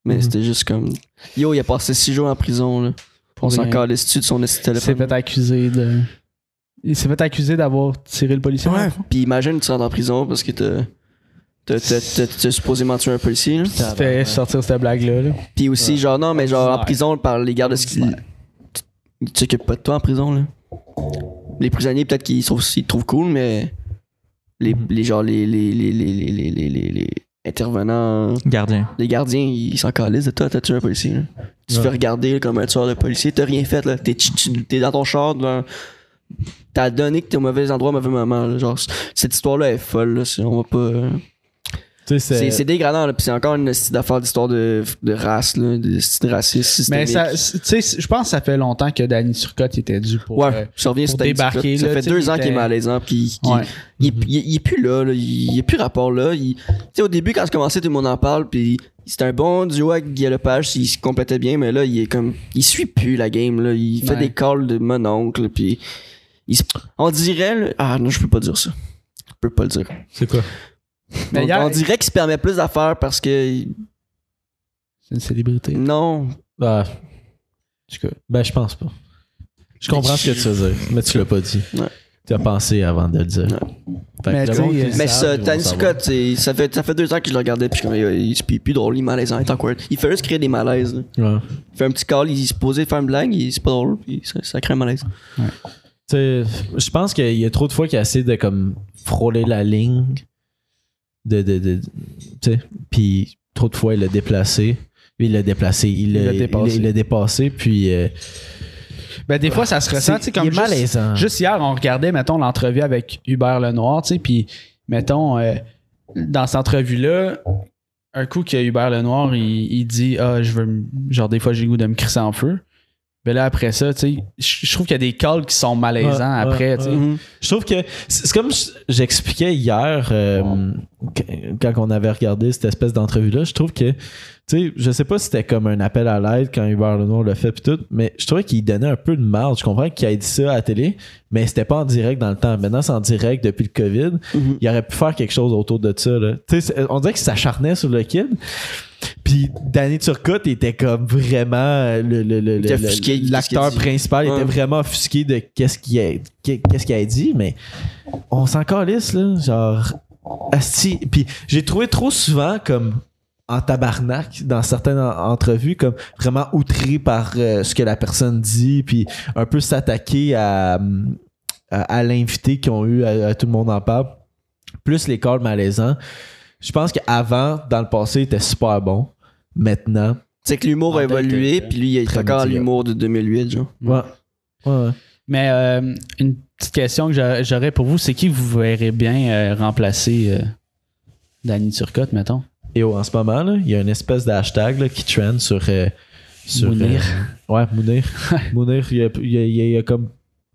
B: Mais
A: Mhm.
B: c'était juste comme, yo, il a passé six jours en prison là. On
C: Pour
B: s'en
C: rien.
B: calisse dessus de son esti de
C: Il s'est
B: téléphone.
C: fait accuser de. Il s'est fait accuser d'avoir tiré le policier. dans le fond.
B: Puis imagine tu rentres en prison parce que t'as t'as- t'as- t'as- t'as supposément tué un policier. là.
C: Tu fais sortir cette blague-là. là.
B: Puis aussi, genre, non, mais genre, en
C: Ordinaire.
B: prison, par les gardes de ce qu'ils. Tu- Ils s'occupent pas de toi en prison, là. Les prisonniers, peut-être qu'ils trouvent, ils te trouvent cool, mais. Les,
A: Mhm.
B: les genre, les, les, les, les, les, les, les, les- les intervenants,
D: Gardien.
B: les gardiens, ils s'en calissent de toi, t'as tué un policier, là. Tu te
A: Ouais.
B: fais regarder comme un tueur de policier, t'as rien fait, là. T'es, tu- tu- t'es dans ton char, devant- T'as donné que t'es au mauvais endroit, au mauvais moment, là. Genre, c- cette histoire-là est folle, là. C'est- On va pas. euh,
A: Tu sais,
B: C'est,
C: Euh,
A: c'est.
B: c'est dégradant, là. Puis c'est encore une petite affaire d'histoire de, de race, là, de, de racisme
C: Mais
B: systémique.
C: ça, tu sais, je pense que ça fait longtemps que Danny Turcotte était dû pour.
B: ouais,
C: euh,
B: je reviens sur
C: pour
B: ta
C: débarquer,
B: petite-
C: là,
B: Ça
C: tu
B: fait
C: sais,
B: deux
C: il
B: ans qu'il est
C: était-
B: malaisant, puis qu'il-
C: euh, ouais.
B: il, est- il est- il est plus là, là, il n'y a plus rapport là. Il- tu sais, au début, quand je commençais, tout le monde en parle, puis c'était un bon duo avec Guy Lepage, il se complétait bien, mais là, il est comme. Il suit plus la game, là. Il fait
C: Ouais.
B: des calls de mon oncle, puis. il se- on dirait. là- ah non, je peux pas dire ça. Je peux pas le dire.
A: C'est quoi?
C: Mais
B: on,
C: hier-
B: on dirait qu'il se permet plus d'affaires parce que.
C: C'est une célébrité.
B: Non,
A: Ah,
C: En tout cas.
A: ben, je pense pas. Je comprends ce que tu veux dire, mais tu l'as pas dit.
B: Ouais.
A: Tu as pensé avant de le dire.
B: Ouais.
A: Fait que
C: Mais
A: le
C: tu
A: monde
C: sais, euh,
A: qui le
B: Mais
A: savent,
B: ça,
A: ils vont
B: Tanny
A: savoir.
B: Scott, c'est- ça fait, ça fait deux ans que je le regardais, puis je suis comme, il, il se plie plus drôle, il est malaisant, il est awkward. Il fait juste créer des malaises. là.
A: Ouais.
B: Il fait un petit call, il se posait faire une blague, il c'est pas drôle, puis ça, ça crée un malaise.
A: Tu sais, je pense qu'il y a trop de fois qu'il essaie de comme frôler la ligne. De, de, de- tu sais, puis trop de fois il l'a déplacé. Il l'a déplacé, il l'a il l'a dépassé. puis. euh,
C: Ben, des fois, ça se ressent, tu sais,
A: c'est-
C: comme
A: il est
C: juste-
A: malaisant.
C: Juste hier, on regardait, mettons, l'entrevue avec Hubert Lenoir, tu sais, puis, mettons, euh, dans cette entrevue-là, un coup que Hubert Lenoir, il, il dit Ah, je veux. me- Genre, des fois, j'ai le goût de me crisser en feu. Mais là, après ça, tu sais, je je trouve qu'il y a des calls qui sont malaisants
A: Ouais,
C: après,
A: ouais,
C: tu sais.
A: ouais. Je trouve que c'est c'est comme j- j'expliquais hier euh, qu- quand on avait regardé cette espèce d'entrevue là, je trouve que tu sais, je sais pas si c'était comme un appel à l'aide quand Hubert Lenoir l'a fait pis tout, mais je trouvais qu'il donnait un peu de marge. Je comprends qu'il ait dit ça à la télé, mais c'était pas en direct dans le temps. Maintenant, c'est en direct depuis le COVID.
B: Mhm.
A: Il aurait pu faire quelque chose autour de ça là. Tu sais, c'est- on dirait qu'il s'acharnait sur le kid. Puis Danny Turcotte était comme vraiment euh, le, le- le-
B: Il était
A: le-
B: offusqué de ce qu'il
A: l'acteur
B: dit.
A: principal
B: Ouais.
A: était vraiment offusqué de qu'est-ce qu'il a, qu'est- qu'est-ce qu'il a dit, mais on s'en calisse, là. Genre, asti. Puis j'ai trouvé trop souvent comme en tabarnak dans certaines en- entrevues, comme vraiment outré par euh, ce que la personne dit, puis un peu s'attaquer à, hum, à, à l'invité qu'ils ont eu, à, à tout le monde en parle, plus les calls malaisants. Je pense qu'avant, dans le passé, il était super bon. Maintenant,
B: C'est que l'humour a
C: En tête,
B: évolué,
C: euh,
B: puis lui, il est
A: très
B: encore
A: médiocre.
B: l'humour de 2008, genre.
A: ouais. Ouais, ouais.
C: Mais euh, une petite question que j'a- j'aurais pour vous c'est qui vous verrez bien euh, remplacer euh, Danny Turcotte, mettons
A: Et oh, en ce moment, là, il y a une espèce de hashtag là, qui trend sur. euh, sur
C: Mounir.
A: euh, ouais,
C: (laughs)
A: Mounir. Mounir, il a, il a- il a- il a comme.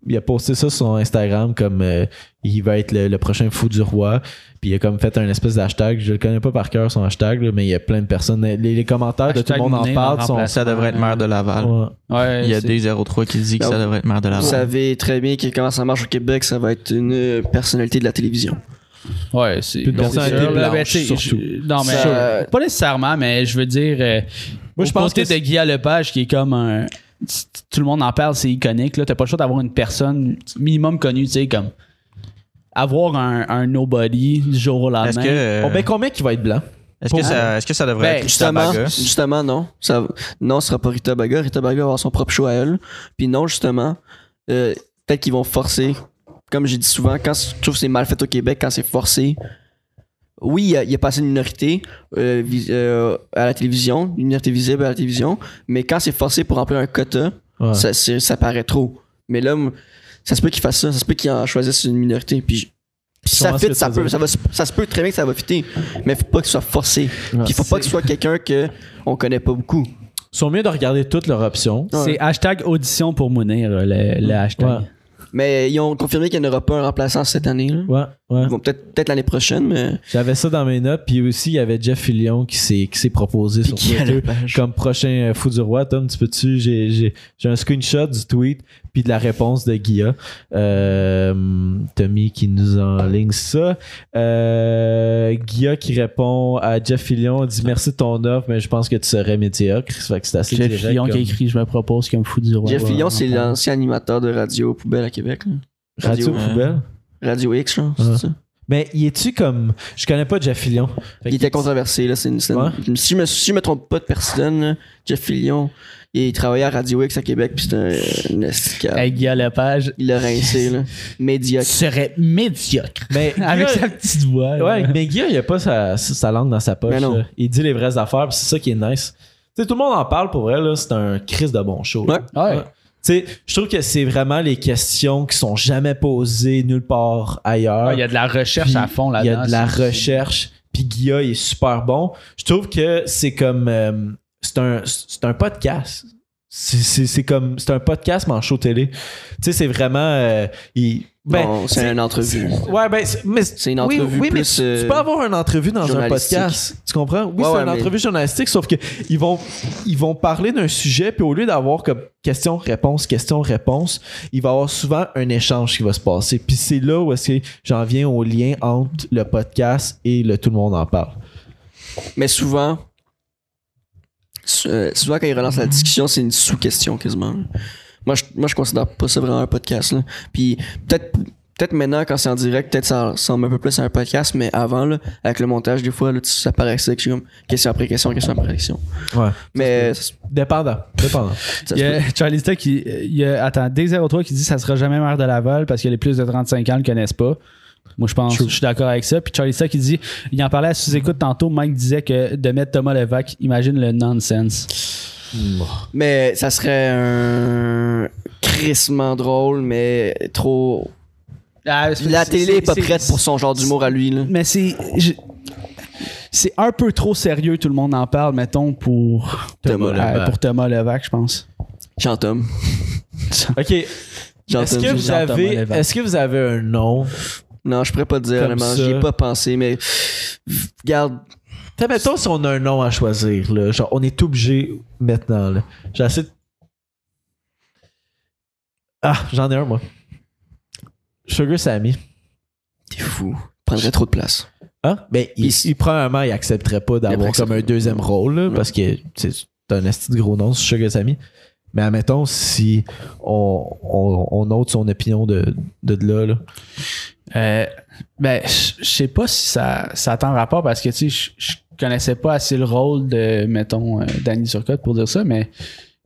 A: Il a posté ça sur son Instagram comme euh, il va être le, le prochain fou du roi. Puis il a comme fait un espèce d'hashtag. Je le connais pas par cœur son hashtag, là, mais il y a plein de personnes. Les, les commentaires de tout
C: Hashtag
A: le monde en
C: Mounir
A: parle
C: en
A: sont.
C: remplaçant.
D: Ça devrait être maire de Laval.
A: Ouais.
C: Ouais,
D: Il y a
C: Euh, c'est-
D: D03 qui dit que
B: Non.
D: ça devrait être maire
C: Ah
D: de
B: Vous
D: Laval.
B: savez très bien que comment ça marche au Québec, ça va être une euh, personnalité de la télévision.
C: Ouais, c'est.
A: Plus de
C: c'est
A: personnalité
C: sûr, là,
A: blanche,
C: ben, tu sais,
A: surtout.
C: je- Non, mais. euh,
B: Ça-
C: Pas nécessairement, mais je veux dire. euh,
A: Moi, je
C: au
A: pense
C: côté
A: que c'est-
C: de Guy Lepage, qui est comme un. Tout le monde en parle, c'est iconique. là. T'as pas le choix d'avoir une personne minimum connue, tu sais, comme. Avoir un, un nobody du jour au lendemain.
D: Est-ce que. euh,
A: Oh, ben, combien qui va être blanc
D: Est-ce que,
C: Pour-
D: ça, est-ce que ça devrait
C: Ben,
D: être
B: Justement,
D: Rutabaga?
B: justement, non. Ça, non, ce sera pas Rita Baga. Rita Baga va avoir son propre show à elle. Puis non, justement, euh, peut-être qu'ils vont forcer. Comme j'ai dit souvent, quand je trouve que c'est mal fait au Québec, quand c'est forcé, oui, il y a, il y a passé une minorité euh, vis- euh, à la télévision, une minorité visible à la télévision, mais quand c'est forcé pour remplir un quota,
A: Ouais.
B: ça, c'est- ça paraît trop. Mais là, m- ça se peut qu'ils fassent ça, ça se peut qu'ils en choisissent une minorité. Puis, je- puis
A: Je
B: ça
A: comprends ce
B: fit,
A: que
B: ça,
A: tu
B: peut,
A: veux
B: ça, va, se- ça se peut très bien que ça va fitter, mais faut pas que ce soit forcé.
A: Ouais.
B: Puis faut pas que ce soit quelqu'un que on connaît pas beaucoup.
A: Ils sont mieux de regarder toutes leurs options.
C: C'est hashtag audition pour Mounir, le, le hashtag.
A: Ouais.
B: Mais ils ont confirmé qu'il n'y en aura pas un remplaçant cette année. là.
A: Ouais, ouais.
B: Ils vont peut-être peut-être l'année prochaine, mais
A: J'avais ça dans mes notes. Puis aussi, il y avait Jeff Fillion qui s'est qui s'est proposé sur
B: qui a
A: Twitter
B: la page.
A: comme prochain euh, fou du roi. Tom, tu peux-tu? J'ai- J'ai j'ai un screenshot du tweet puis de la réponse de Guilla. Euh, Tommy qui nous enligne ça. Euh, Guilla qui répond à Jeff Fillion, dit « Merci de ton offre, mais je pense que tu serais médiocre. » Ça fait que c'est assez
C: Jeff
A: direct
C: Fillon qui
A: comme-
C: a écrit Je me propose comme fou du roi.
B: Jeff Lyon, c'est
C: Ouais.
B: l'ancien animateur de radio poubelle à Québec. là.
A: Radio
C: hein.
B: Radio.
A: Poubelle.
B: Radio X, là, c'est
A: Ouais.
B: ça.
A: Mais y es-tu comme... Je connais pas Jeff Fillion. Fait
B: Il
A: que-
B: était controversé. Là, c'est une- c'est une- si, je me, si je me trompe pas de personne, là, Jeff Fillion, il travaillait à Radio X à Québec, puis c'était un- un escale.
C: Avec Guy Lepage,
B: Il l'a rincé, là.
C: tu
B: Médiocre.
C: serais médiocre.
A: Mais
C: (laughs) Avec
A: Guilla-
C: sa petite voix. là.
A: Ouais, mais Guilla, il a pas sa, sa langue dans sa poche.
B: Mais non.
A: là. Il dit les vraies affaires, pis c'est ça qui est nice. Tu sais, tout le monde en parle pour vrai, là. C'est un crise de bon show. là.
B: Ouais.
C: Ouais.
A: Tu sais, je trouve que c'est vraiment les questions qui sont jamais posées nulle part ailleurs.
C: Ah, Il y a de la recherche
A: Puis,
C: à fond
A: Il y
C: là-dedans.
A: a de la
C: C'est-
A: recherche. Puis Guilla, il est super bon. Je trouve que c'est comme. euh, c'est un, c'est un podcast. C'est- C'est c'est comme. C'est un podcast, mais en show télé. Tu sais, c'est vraiment. euh, il- ben,
B: Non, c'est une entrevue.
A: Ouais, ben, c'est- mais
B: C'est une
A: oui,
B: entrevue
A: oui, mais
B: plus,
A: tu-
B: euh,
A: tu peux avoir une entrevue dans un
B: journalistique.
A: podcast. Tu comprends? Oui,
B: Ouais,
A: c'est
B: ouais,
A: une
B: mais-
A: entrevue journalistique, sauf que ils vont, ils vont parler d'un sujet, puis au lieu d'avoir comme question-réponse, question-réponse, il va y avoir souvent un échange qui va se passer. Puis c'est là où est-ce que j'en viens au lien entre le podcast et le tout le monde en parle.
B: Mais souvent, sou- euh, souvent quand ils relancent la discussion, c'est une sous-question quasiment. Moi je, moi, je considère pas ça vraiment un podcast. là. Puis peut-être peut-être maintenant, quand c'est en direct, peut-être ça ressemble un peu plus à un podcast, mais avant, là, avec le montage, des fois, là, tu- ça paraissait que je suis comme question après question, question après question.
A: Ouais.
B: Mais ça, se-
A: Dépendant. Dépendant.
B: ça
C: Il y
B: se
C: a Charlie Stock qui. Il y a, attends, D03 qui dit ça sera jamais maire de Laval parce que les plus de 35 ans le connaissent pas. Moi, je pense, je suis d'accord avec ça. Puis Charlie Stock qui dit il en parlait à sous-écoute tantôt. Mike disait que de mettre Thomas Levac, imagine le nonsense.
B: Mais ça serait un crissement drôle, mais trop.
C: Ah,
B: La télé est pas prête pour son genre d'humour à lui. Là.
C: Mais c'est. je- C'est un peu trop sérieux, tout le monde en parle, mettons, pour
B: Thomas
C: euh,
A: Levac.
C: pour Thomas Levac, je pense.
B: Jean-Tom.
A: OK. Est-ce
B: Jean-Tom,
A: que, vous
C: Jean-Thomas
A: avez,
C: Lévesque.
A: est-ce que vous avez un nom?
B: Non, je pourrais pas te dire,
A: Comme
B: honnêtement.
A: ça.
B: J'y ai pas pensé, mais. Regarde,
A: T'sais, mettons si on a un nom à choisir, là. Genre, on est obligé maintenant, là. J'ai assez de- Ah, j'en ai un, moi. Sugar Sammy.
B: t'es fou. Prendrait trop de place.
A: Hein? Ben, il,
B: Ah, Il-
A: il, probablement, il accepterait pas d'avoir
B: accepte-
A: comme un deuxième rôle, là, parce que c'est c'est un esti de gros nom, ce Sugar Sammy. Mais admettons si on, on, on ôte son opinion de, de, de là, là.
C: Euh, ben, je je sais pas si ça, ça tend rapport parce que, tu sais, je- je connaissais pas assez le rôle de, mettons, euh, Danny Turcotte pour dire ça, mais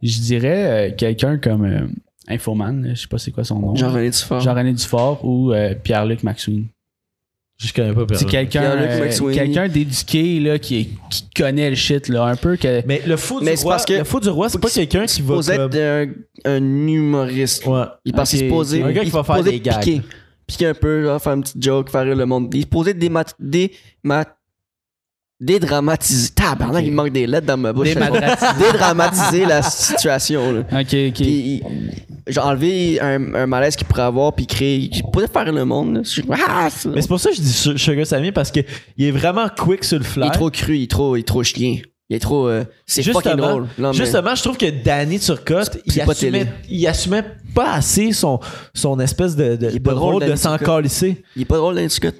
C: je dirais euh, quelqu'un comme euh, Infoman, là, je sais pas c'est quoi son nom.
B: Jean-René Dufort.
C: Jean-René Dufort ou euh, Pierre-Luc Maxwin.
A: Je connais pas
C: C'est
A: personne.
C: quelqu'un
B: Pierre-Luc
C: euh,
B: Maxwin.
C: quelqu'un d'éduqué là, qui, est- qui connaît le shit là, un peu.
B: Ben,
C: Que,
A: Mais le fou
B: Mais
A: du
B: c'est
A: roi,
B: parce que-
A: le fou du roi, c'est
B: faut
A: pas
B: qu'il-
A: quelqu'un qui va
B: supposé
A: comme...
B: être un, un humoriste.
A: Ouais.
B: Il pensait
C: Ok,
B: se poser.
A: ok. Un gars
B: il
A: qui va
B: se
A: faire
B: posait
A: des
B: de piquer. Piquer un peu, genre, faire une petite joke, faire rire le monde. Il se posait des. mat- des mat- dédramatiser. Tabarnak,
C: Ok.
B: il manque des lettres dans ma bouche.
C: Démadratiser.
B: dédramatiser la situation. Là.
C: ok, ok.
B: Puis, il- genre, enlever un, un malaise qu'il pourrait avoir, puis créer. Il pourrait faire rire le monde. là. Je- Ah, c'est-
A: Mais c'est pour ça que je dis Su- Sugar Sammy parce que il est vraiment quick sur le
B: il
A: fly.
B: est trop cru, il est trop, il est trop chien. Il est trop. euh, c'est fucking drôle. Non, mais-
A: justement, je trouve que Danny Turcotte,
B: C'est
A: il
B: pas
A: assumait,
B: télé.
A: il assumait pas assez son, son espèce de, de,
B: Il
A: de
B: est pas drôle,
A: rôle de
B: Danny
A: s'en
B: Turcotte.
A: calisser.
B: Il est pas drôle, hein, Danny Scott.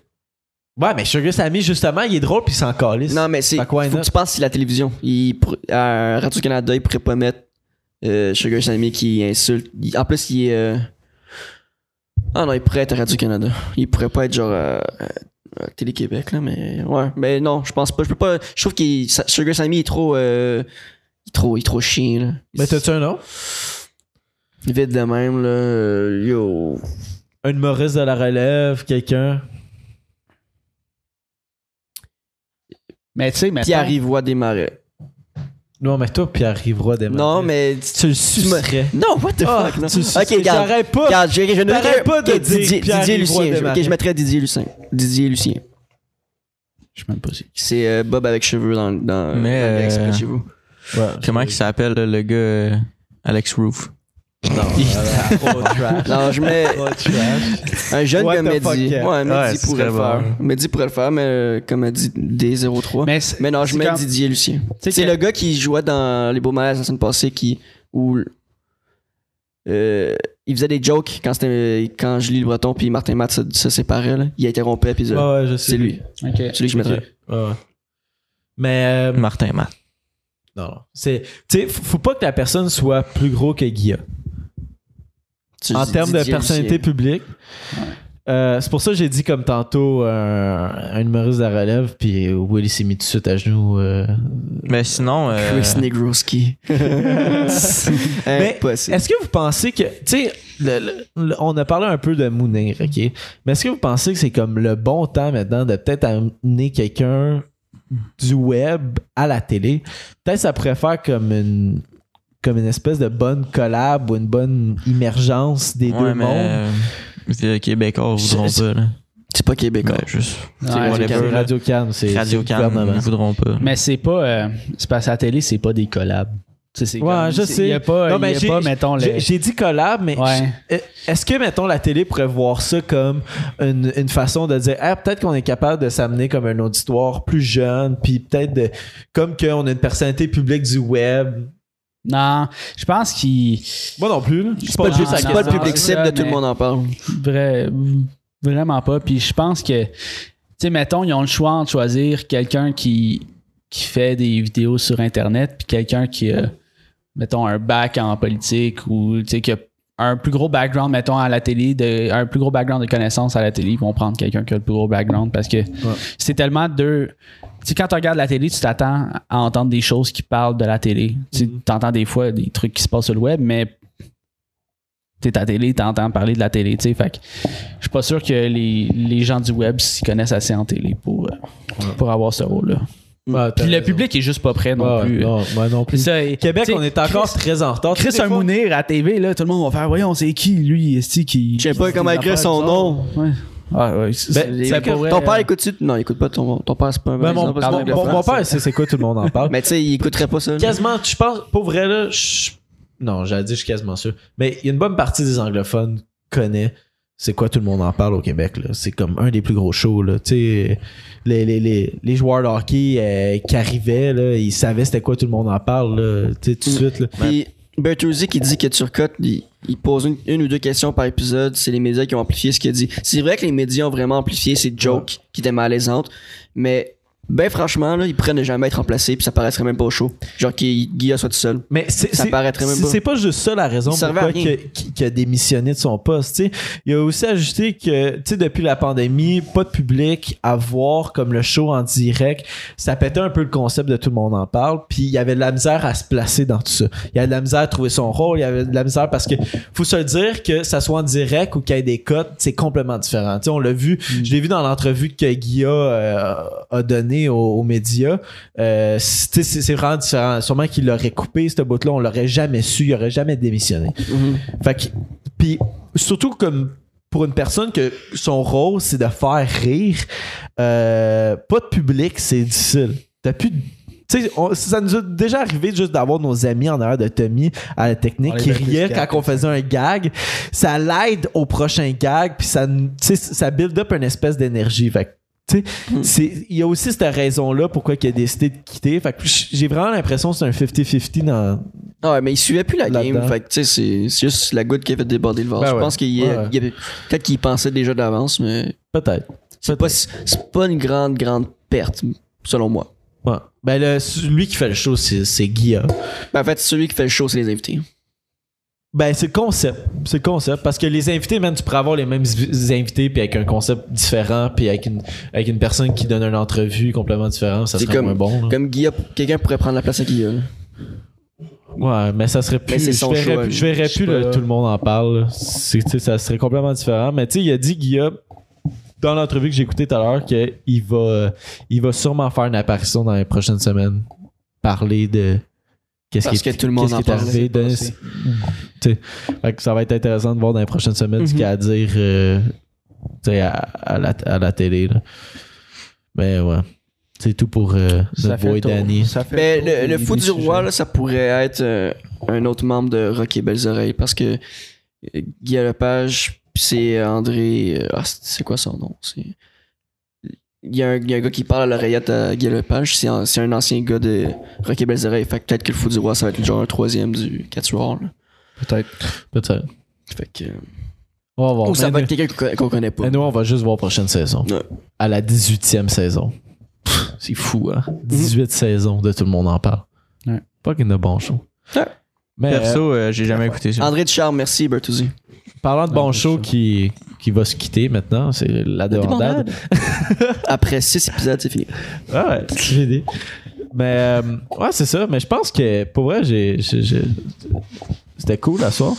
A: Ouais, mais Sugar Sammy, justement, il est drôle puis il s'en calisse.
B: Non, mais c'est.
A: Fait que
B: Faut
A: why
B: que
A: not?
B: tu penses c'est la télévision. Il, pour- à Radio-Canada, il pourrait pas mettre euh, Sugar Sammy qui insulte. Il- en plus, il est. euh, Ah non, il pourrait être à Radio-Canada. Il pourrait pas être genre. euh, euh, euh, Télé-Québec, là, mais ouais. Mais non, je pense pas. Je peux pas. Je trouve que Sugar Sammy est trop. euh, il est trop, il est trop chien, là.
A: Mais t'as-tu un nom?
B: Il Vite de même, là. euh, Yo.
A: Un humoriste de la relève, quelqu'un?
C: Mais tu sais, mais.
B: Pierre Ivoire des Marais.
A: Non, mais toi, Pierre Rivroy des
B: Non, mais.
A: Tu le sucerais. Ah,
B: Non, what the fuck, (laughs) non.
A: Tu le
B: ok,
A: sucerais.
B: regarde.
A: J'arrête pas.
B: Regarde, je, je
A: T'arrêtes
B: mettrais-
A: pas de
B: ok,
A: dire
B: Didier,
A: Pierre
B: Didier
A: Ivoire
B: Lucien.
A: des
B: je- Ok,
A: Marais.
B: je mettrais Didier Lucien. Didier Lucien.
C: Je sais même pas si.
B: C'est euh, Bob avec cheveux dans, dans,
D: Mais,
B: dans le Galaxy
D: euh,
B: près de chez vous.
D: Comment il s'appelle le gars euh, Alex Roof
A: Non, voilà, (laughs) trop trash.
B: (laughs) Non, je mets
A: Trop trash.
B: un jeune
A: Ah. What the
B: comme Mehdi.
A: fuck,
B: Ouais, Mehdi
D: Ouais, ce
B: pourrait le
D: serait
B: faire. Mehdi pourrait le faire, mais euh, comme a dit D03. Mais,
C: Mais, c'est-
B: non, je
C: c'est
B: mets
C: quand-
B: Didier Lucien.
C: tu sais
B: C'est
C: que-
B: le gars qui jouait dans Les Beaux Malaises la semaine passée qui. Où, euh, il faisait des jokes quand c'était quand Julie Le Breton puis Martin Matt se, se séparaient. Là. Il interrompait puis euh,
D: Bah,
A: Ouais, ouais, je sais.
B: c'est lui.
C: Ok.
B: C'est lui que je
A: Ok.
B: mettrais.
A: Ouais, ouais. Mais. euh,
D: Martin Matt.
A: non, non. C'est. Tu sais, faut faut pas que la personne soit plus gros que Guilla.
B: Tu
A: en
B: dis
A: termes de
B: Didier
A: personnalité
B: Lucien.
A: publique. Euh, c'est pour ça que j'ai dit comme tantôt euh, un humoriste de la relève, puis Will il s'est mis tout de suite à genoux. euh.
D: Mais sinon. euh,
B: Chris Negroski.
A: Mais
B: Impossible.
A: Est-ce que vous pensez que, tu sais, le- le- le- on a parlé un peu de Mounir, ok, mais est-ce que vous pensez que c'est comme le bon temps maintenant de peut-être amener quelqu'un du web à la télé? Peut-être que ça pourrait faire comme une comme une espèce de bonne collab ou une bonne émergence des
D: ouais,
A: deux
D: mais,
A: mondes.
D: euh, Les Québécois voudront
B: C'est-
D: pas. Là.
B: C'est pas québécois.
D: Ben, juste.
C: Ouais,
D: c'est
A: C'est
D: whatever, là.
A: Radio Cannes, c'est
D: Radio
A: c'est le gouvernement.
D: Cannes voudront pas.
C: Mais c'est pas. euh, c'est parce que à la télé, c'est pas des collabs. Tu sais, c'est
A: Ouais,
C: comme-
A: je
C: c'est-
A: sais.
C: Il y a pas,
A: Non,
C: il y
A: mais
C: a
A: j'ai-
C: pas mettons, le.
A: J'ai j'ai dit collab, mais
C: Ouais.
A: je- euh, est-ce que, mettons, la télé pourrait voir ça comme une, une façon de dire, Ah, peut-être qu'on est capable de s'amener comme un auditoire plus jeune, puis peut-être de- comme qu'on a une personnalité publique du web.
C: Non, je pense qu'il.
A: Moi non plus, là.
B: C'est pas,
A: juste
C: non,
A: la
B: le- c'est
A: question.
B: pas le
C: non,
B: public
C: non,
B: cible de tout le
C: mais-
B: monde en parle.
C: Vrai, vraiment pas. Puis je pense que, tu sais, mettons, ils ont le choix entre choisir quelqu'un qui, qui fait des vidéos sur Internet, puis quelqu'un qui a, mettons, un bac en politique ou, tu sais, qui a un plus gros background, mettons, à la télé, de, un plus gros background de connaissances à la télé. Ils vont prendre quelqu'un qui a le plus gros background parce que c'est tellement deux. Tu sais, quand tu regardes la télé, tu t'attends à entendre des choses qui parlent de la télé. Tu entends des fois des trucs qui se passent sur le web, mais t'es à la télé, t'entends parler de la télé, tu sais. Fait que je suis pas sûr que les, les gens du web s'y connaissent assez en télé pour, euh, pour avoir ce rôle-là.
A: Ouais, t'as
C: Ah, Puis le
A: raison.
C: public est juste pas prêt non
A: Ouais,
C: plus.
A: Ah, non, moi non
C: Puis
A: plus.
C: ça, et-
A: Québec,
C: tu sais,
A: on est encore
C: Chris,
A: très en retard.
C: Chris
A: Tu sais,
C: un
A: des fois-
C: mounir à TV, là, tout le monde va faire Voyons, c'est qui lui, est qui.
B: Je sais pas
C: qui-
B: comment
C: qui-
B: écrire son nom.
C: Ouais. Ah, ouais, c'est-
A: Ben,
C: c'est-
A: c'est
C: c'est
A: que-
C: pour vrai,
B: Ton père
C: euh,
B: écoute-tu? Non, il écoute pas ton, ton père, c'est pas un
A: Ben,
B: vrai
A: mon,
B: exemple, parce que
A: mon-
B: le
A: mon-
B: France,
A: mon père, c'est c'est quoi tout le monde en parle?
B: Mais tu sais, il écouterait pas ça. là.
A: quasiment, je pense, pour vrai, là, je- non, j'allais dire, je suis quasiment sûr. Mais il y a une bonne partie des anglophones connaît c'est quoi tout le monde en parle au Québec. là. C'est comme un des plus gros shows. Là. Tu sais, Les, les, les, les joueurs de hockey euh, qui arrivaient, là, ils savaient c'était quoi tout le monde en parle là, tu sais, tout de
B: Mm.
A: suite. là.
B: Puis Bertuzzi qui dit que Turcotte, il, il pose une, une ou deux questions par épisode. C'est les médias qui ont amplifié ce qu'il a dit. C'est vrai que les médias ont vraiment amplifié ces jokes qui étaient malaisantes, mais ben franchement, là, ils prennent ne jamais être remplacés puis ça paraîtrait même pas au show. Genre qu'il Guilla soit tout seul.
A: Mais c'est,
B: Ça
A: c'est-
B: paraîtrait même
A: c'est-
B: pas.
A: c'est pas juste ça la raison
B: Il servait
A: pourquoi
B: à rien.
A: que- qu'il qu'il a démissionné de son poste. tu sais. Il a aussi ajouté que tu sais, depuis la pandémie, pas de public à voir comme le show en direct, ça pétait un peu le concept de tout le monde en parle. Puis il y avait de la misère à se placer dans tout ça. Il y avait de la misère à trouver son rôle. Il y avait de la misère parce que faut se le dire que ça soit en direct ou qu'il y ait des cotes, c'est complètement différent. Tu sais, on l'a vu, je l'ai vu dans l'entrevue que Guilla euh, a donnée aux, aux médias. Euh, c'est tu sais, c'est- c'est vraiment différent. Sûrement qu'il l'aurait coupé, ce bout-là, on l'aurait jamais su, il aurait jamais démissionné. Fait que, puis surtout comme pour une personne que son rôle c'est de faire rire, euh, pas de public, c'est difficile. T'as plus de- tu sais, on- ça nous a déjà arrivé juste d'avoir nos amis en arrière de Tommy à la technique
E: On
A: qui
E: les fait
A: riaient
E: plus
A: quand on faisait un gag. Ça l'aide au prochain gag, puis ça, nous- tu sais, ça build up une espèce d'énergie. Fait que, tu sais,
E: Hmm.
A: c'est- il y a aussi cette raison-là pourquoi il a décidé de quitter. Fait que j'ai vraiment l'impression que c'est un 50-50 dans.
B: Ah ouais, mais il suivait plus la game.
A: Là-dedans.
B: Fait que, tu sais, c'est c'est juste la goutte qui a fait déborder le vase.
A: Ben
B: je
A: ouais.
B: pense qu'il y a-
A: Ouais.
B: il y avait- peut-être qu'il pensait déjà d'avance, mais
A: Peut-être.
B: c'est pas, c'est pas une grande, grande perte, selon moi.
A: Ouais. Ben, le- celui qui fait le show, c'est hein. c'est Guilla.
B: Ben, en fait, celui qui fait le show, c'est les invités.
A: Ben, c'est le concept. C'est le concept. Parce que les invités, même, tu pourrais avoir les mêmes vi- invités, puis avec un concept différent, puis avec une, avec une personne qui donne une entrevue complètement différente, ça
B: C'est
A: serait
B: comme-
A: moins bon. là.
B: Comme Guilla, quelqu'un pourrait prendre la place à Guilla. là.
A: Ouais, mais ça serait plus.
B: Mais c'est
A: Je
B: son
A: verrais,
B: choix,
A: plus- je
B: lui.
A: verrais
C: Je
A: plus
C: sais
A: le
C: pas.
A: tout le monde en parle. là. C'est- tu sais, Ça serait complètement différent. Mais tu sais, il a dit, Guillaume, dans l'entrevue que j'ai écoutée tout à l'heure, qu'il va, euh, il va sûrement faire une apparition dans les prochaines semaines. Parler de. Qu'est-ce qui,
B: Parce
A: est-
B: que tout le monde
A: qu'est-ce qui
B: en
A: est
B: parle.
A: arrivé. donner-
C: C'est
A: tu sais. Fait que ça va être intéressant de voir dans les prochaines semaines ce
B: Mhm.
A: qu'il y a à dire euh, tu sais, à, à la, à la télé. là. Mais ouais. C'est tout pour euh,
C: Ça
A: notre
C: fait
A: boy
C: le tour.
A: Danny.
C: Ça fait
B: Mais
C: le tour
B: le, le
C: des-
B: fou
C: des
B: du roi,
C: sujets.
B: là, ça pourrait être euh, un autre membre de Rock et Belles Oreilles parce que euh, Guilla Lepage, pis c'est André. euh, ah, c'est c'est quoi son nom C'est- il y, a un, il y a un gars qui parle à l'oreillette à Guilla Lepage, c'est un, c'est un ancien gars de Rock et Belles Oreilles. Fait que peut-être que le fou du roi, ça va être genre un troisième du quatuor. là.
C: Peut-être.
A: Peut-être.
B: Fait que,
A: On va voir.
B: ou ça
A: Mais
B: va
A: nous-
B: être quelqu'un qu'on conna- qu'on connaît pas.
A: Mais nous, on va juste voir prochaine saison.
B: Ouais.
A: À la 18e saison. Pff, C'est fou,
B: Mhm.
A: hein? 18 saisons de Tout le monde en parle.
C: Ouais.
A: Pas qu'il y en a bon show.
B: Ouais.
A: Mais euh,
D: Perso, euh, j'ai jamais écouté ça.
B: André de Charme, merci Bertuzzi.
A: parlant de bon
C: Ouais,
A: show
C: c'est ça.
A: qui, qui va se quitter maintenant, c'est la demandade.
B: Après 6 épisodes, c'est fini.
A: Ah
B: (laughs)
A: ouais, j'ai dit. Mais euh, ouais, c'est ça. Mais je pense que pour vrai, j'ai. j'ai- j'ai- C'était cool la soir.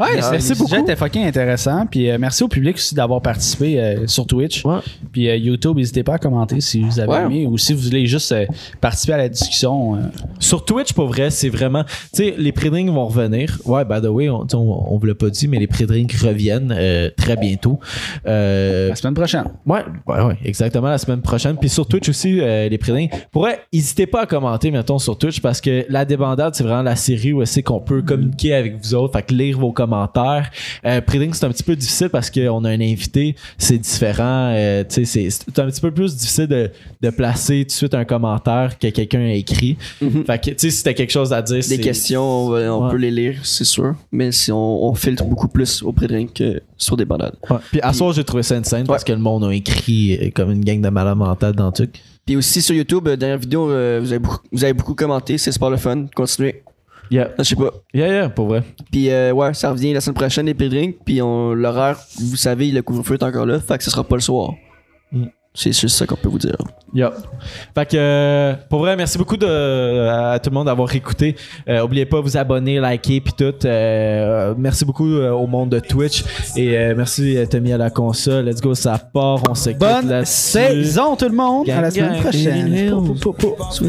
C: Ouais,
B: Ah,
C: merci
B: les
C: beaucoup. était fucking intéressant. Puis euh, merci au public aussi d'avoir participé euh, sur Twitch.
A: Ouais.
C: Puis euh, YouTube, n'hésitez pas à commenter si vous avez
B: Ouais.
C: aimé ou si vous voulez juste euh, participer à la discussion. euh,
A: Sur Twitch, pour vrai, c'est vraiment. Tu sais, les pré-drinks vont revenir. Ouais, by the way, on, tu sais, on, on vous l'a pas dit, mais les pré-drinks reviennent euh, très bientôt. Euh,
C: la semaine prochaine.
A: Ouais, ouais, ouais, exactement la semaine prochaine. Puis sur Twitch aussi, euh, les prédings. Pourrait, n'hésitez pas à commenter, mettons, sur Twitch, parce que la débandade, c'est vraiment la série où c'est qu'on peut communiquer avec vous autres, fait que lire vos commentaires. Euh, Préding, c'est un petit peu difficile parce qu'on a un invité, c'est différent. euh, tu sais, c'est c'est un petit peu plus difficile de, de placer tout de suite un commentaire que quelqu'un a écrit.
B: Mhm.
A: Fait que, tu sais, si t'as quelque chose à dire,
B: Des
A: c'est-
B: questions, on, va- on
A: Ouais.
B: peut les lire, c'est sûr. Mais si on, on filtre beaucoup plus au pré-drink que sur des bandades.
A: Ouais. Puis à soir, j'ai trouvé ça insane parce que le monde a écrit euh, comme une gang de malades mentales dans le truc.
B: Puis aussi sur YouTube, euh, dernière vidéo, euh, vous, avez beaucoup, vous avez beaucoup commenté, c'est super le fun. Continuez. Ah,
A: Yeah,
B: Je sais pas.
A: yeah, yeah, pour vrai.
B: Puis euh, ouais, ça revient la semaine prochaine, les pré-drinks. Puis on- l'horaire, vous savez, le couvre-feu est encore là, fait que ce sera pas le soir.
A: Mm.
B: C'est juste ça qu'on peut vous dire.
A: Yup. Fait que, euh, pour vrai, merci beaucoup de, à tout le monde d'avoir écouté. Euh, oubliez pas vous abonner, liker, puis tout. Euh, euh, merci beaucoup euh, au monde de Twitch. Et euh, merci, euh, Tommy, à la console. Let's go, ça part. On se quitte
C: Bonne
A: là-dessus.
C: saison tout le monde. à la
A: Gang,
C: semaine
A: gang.
C: prochaine.
A: Pou, pou, pou, pou.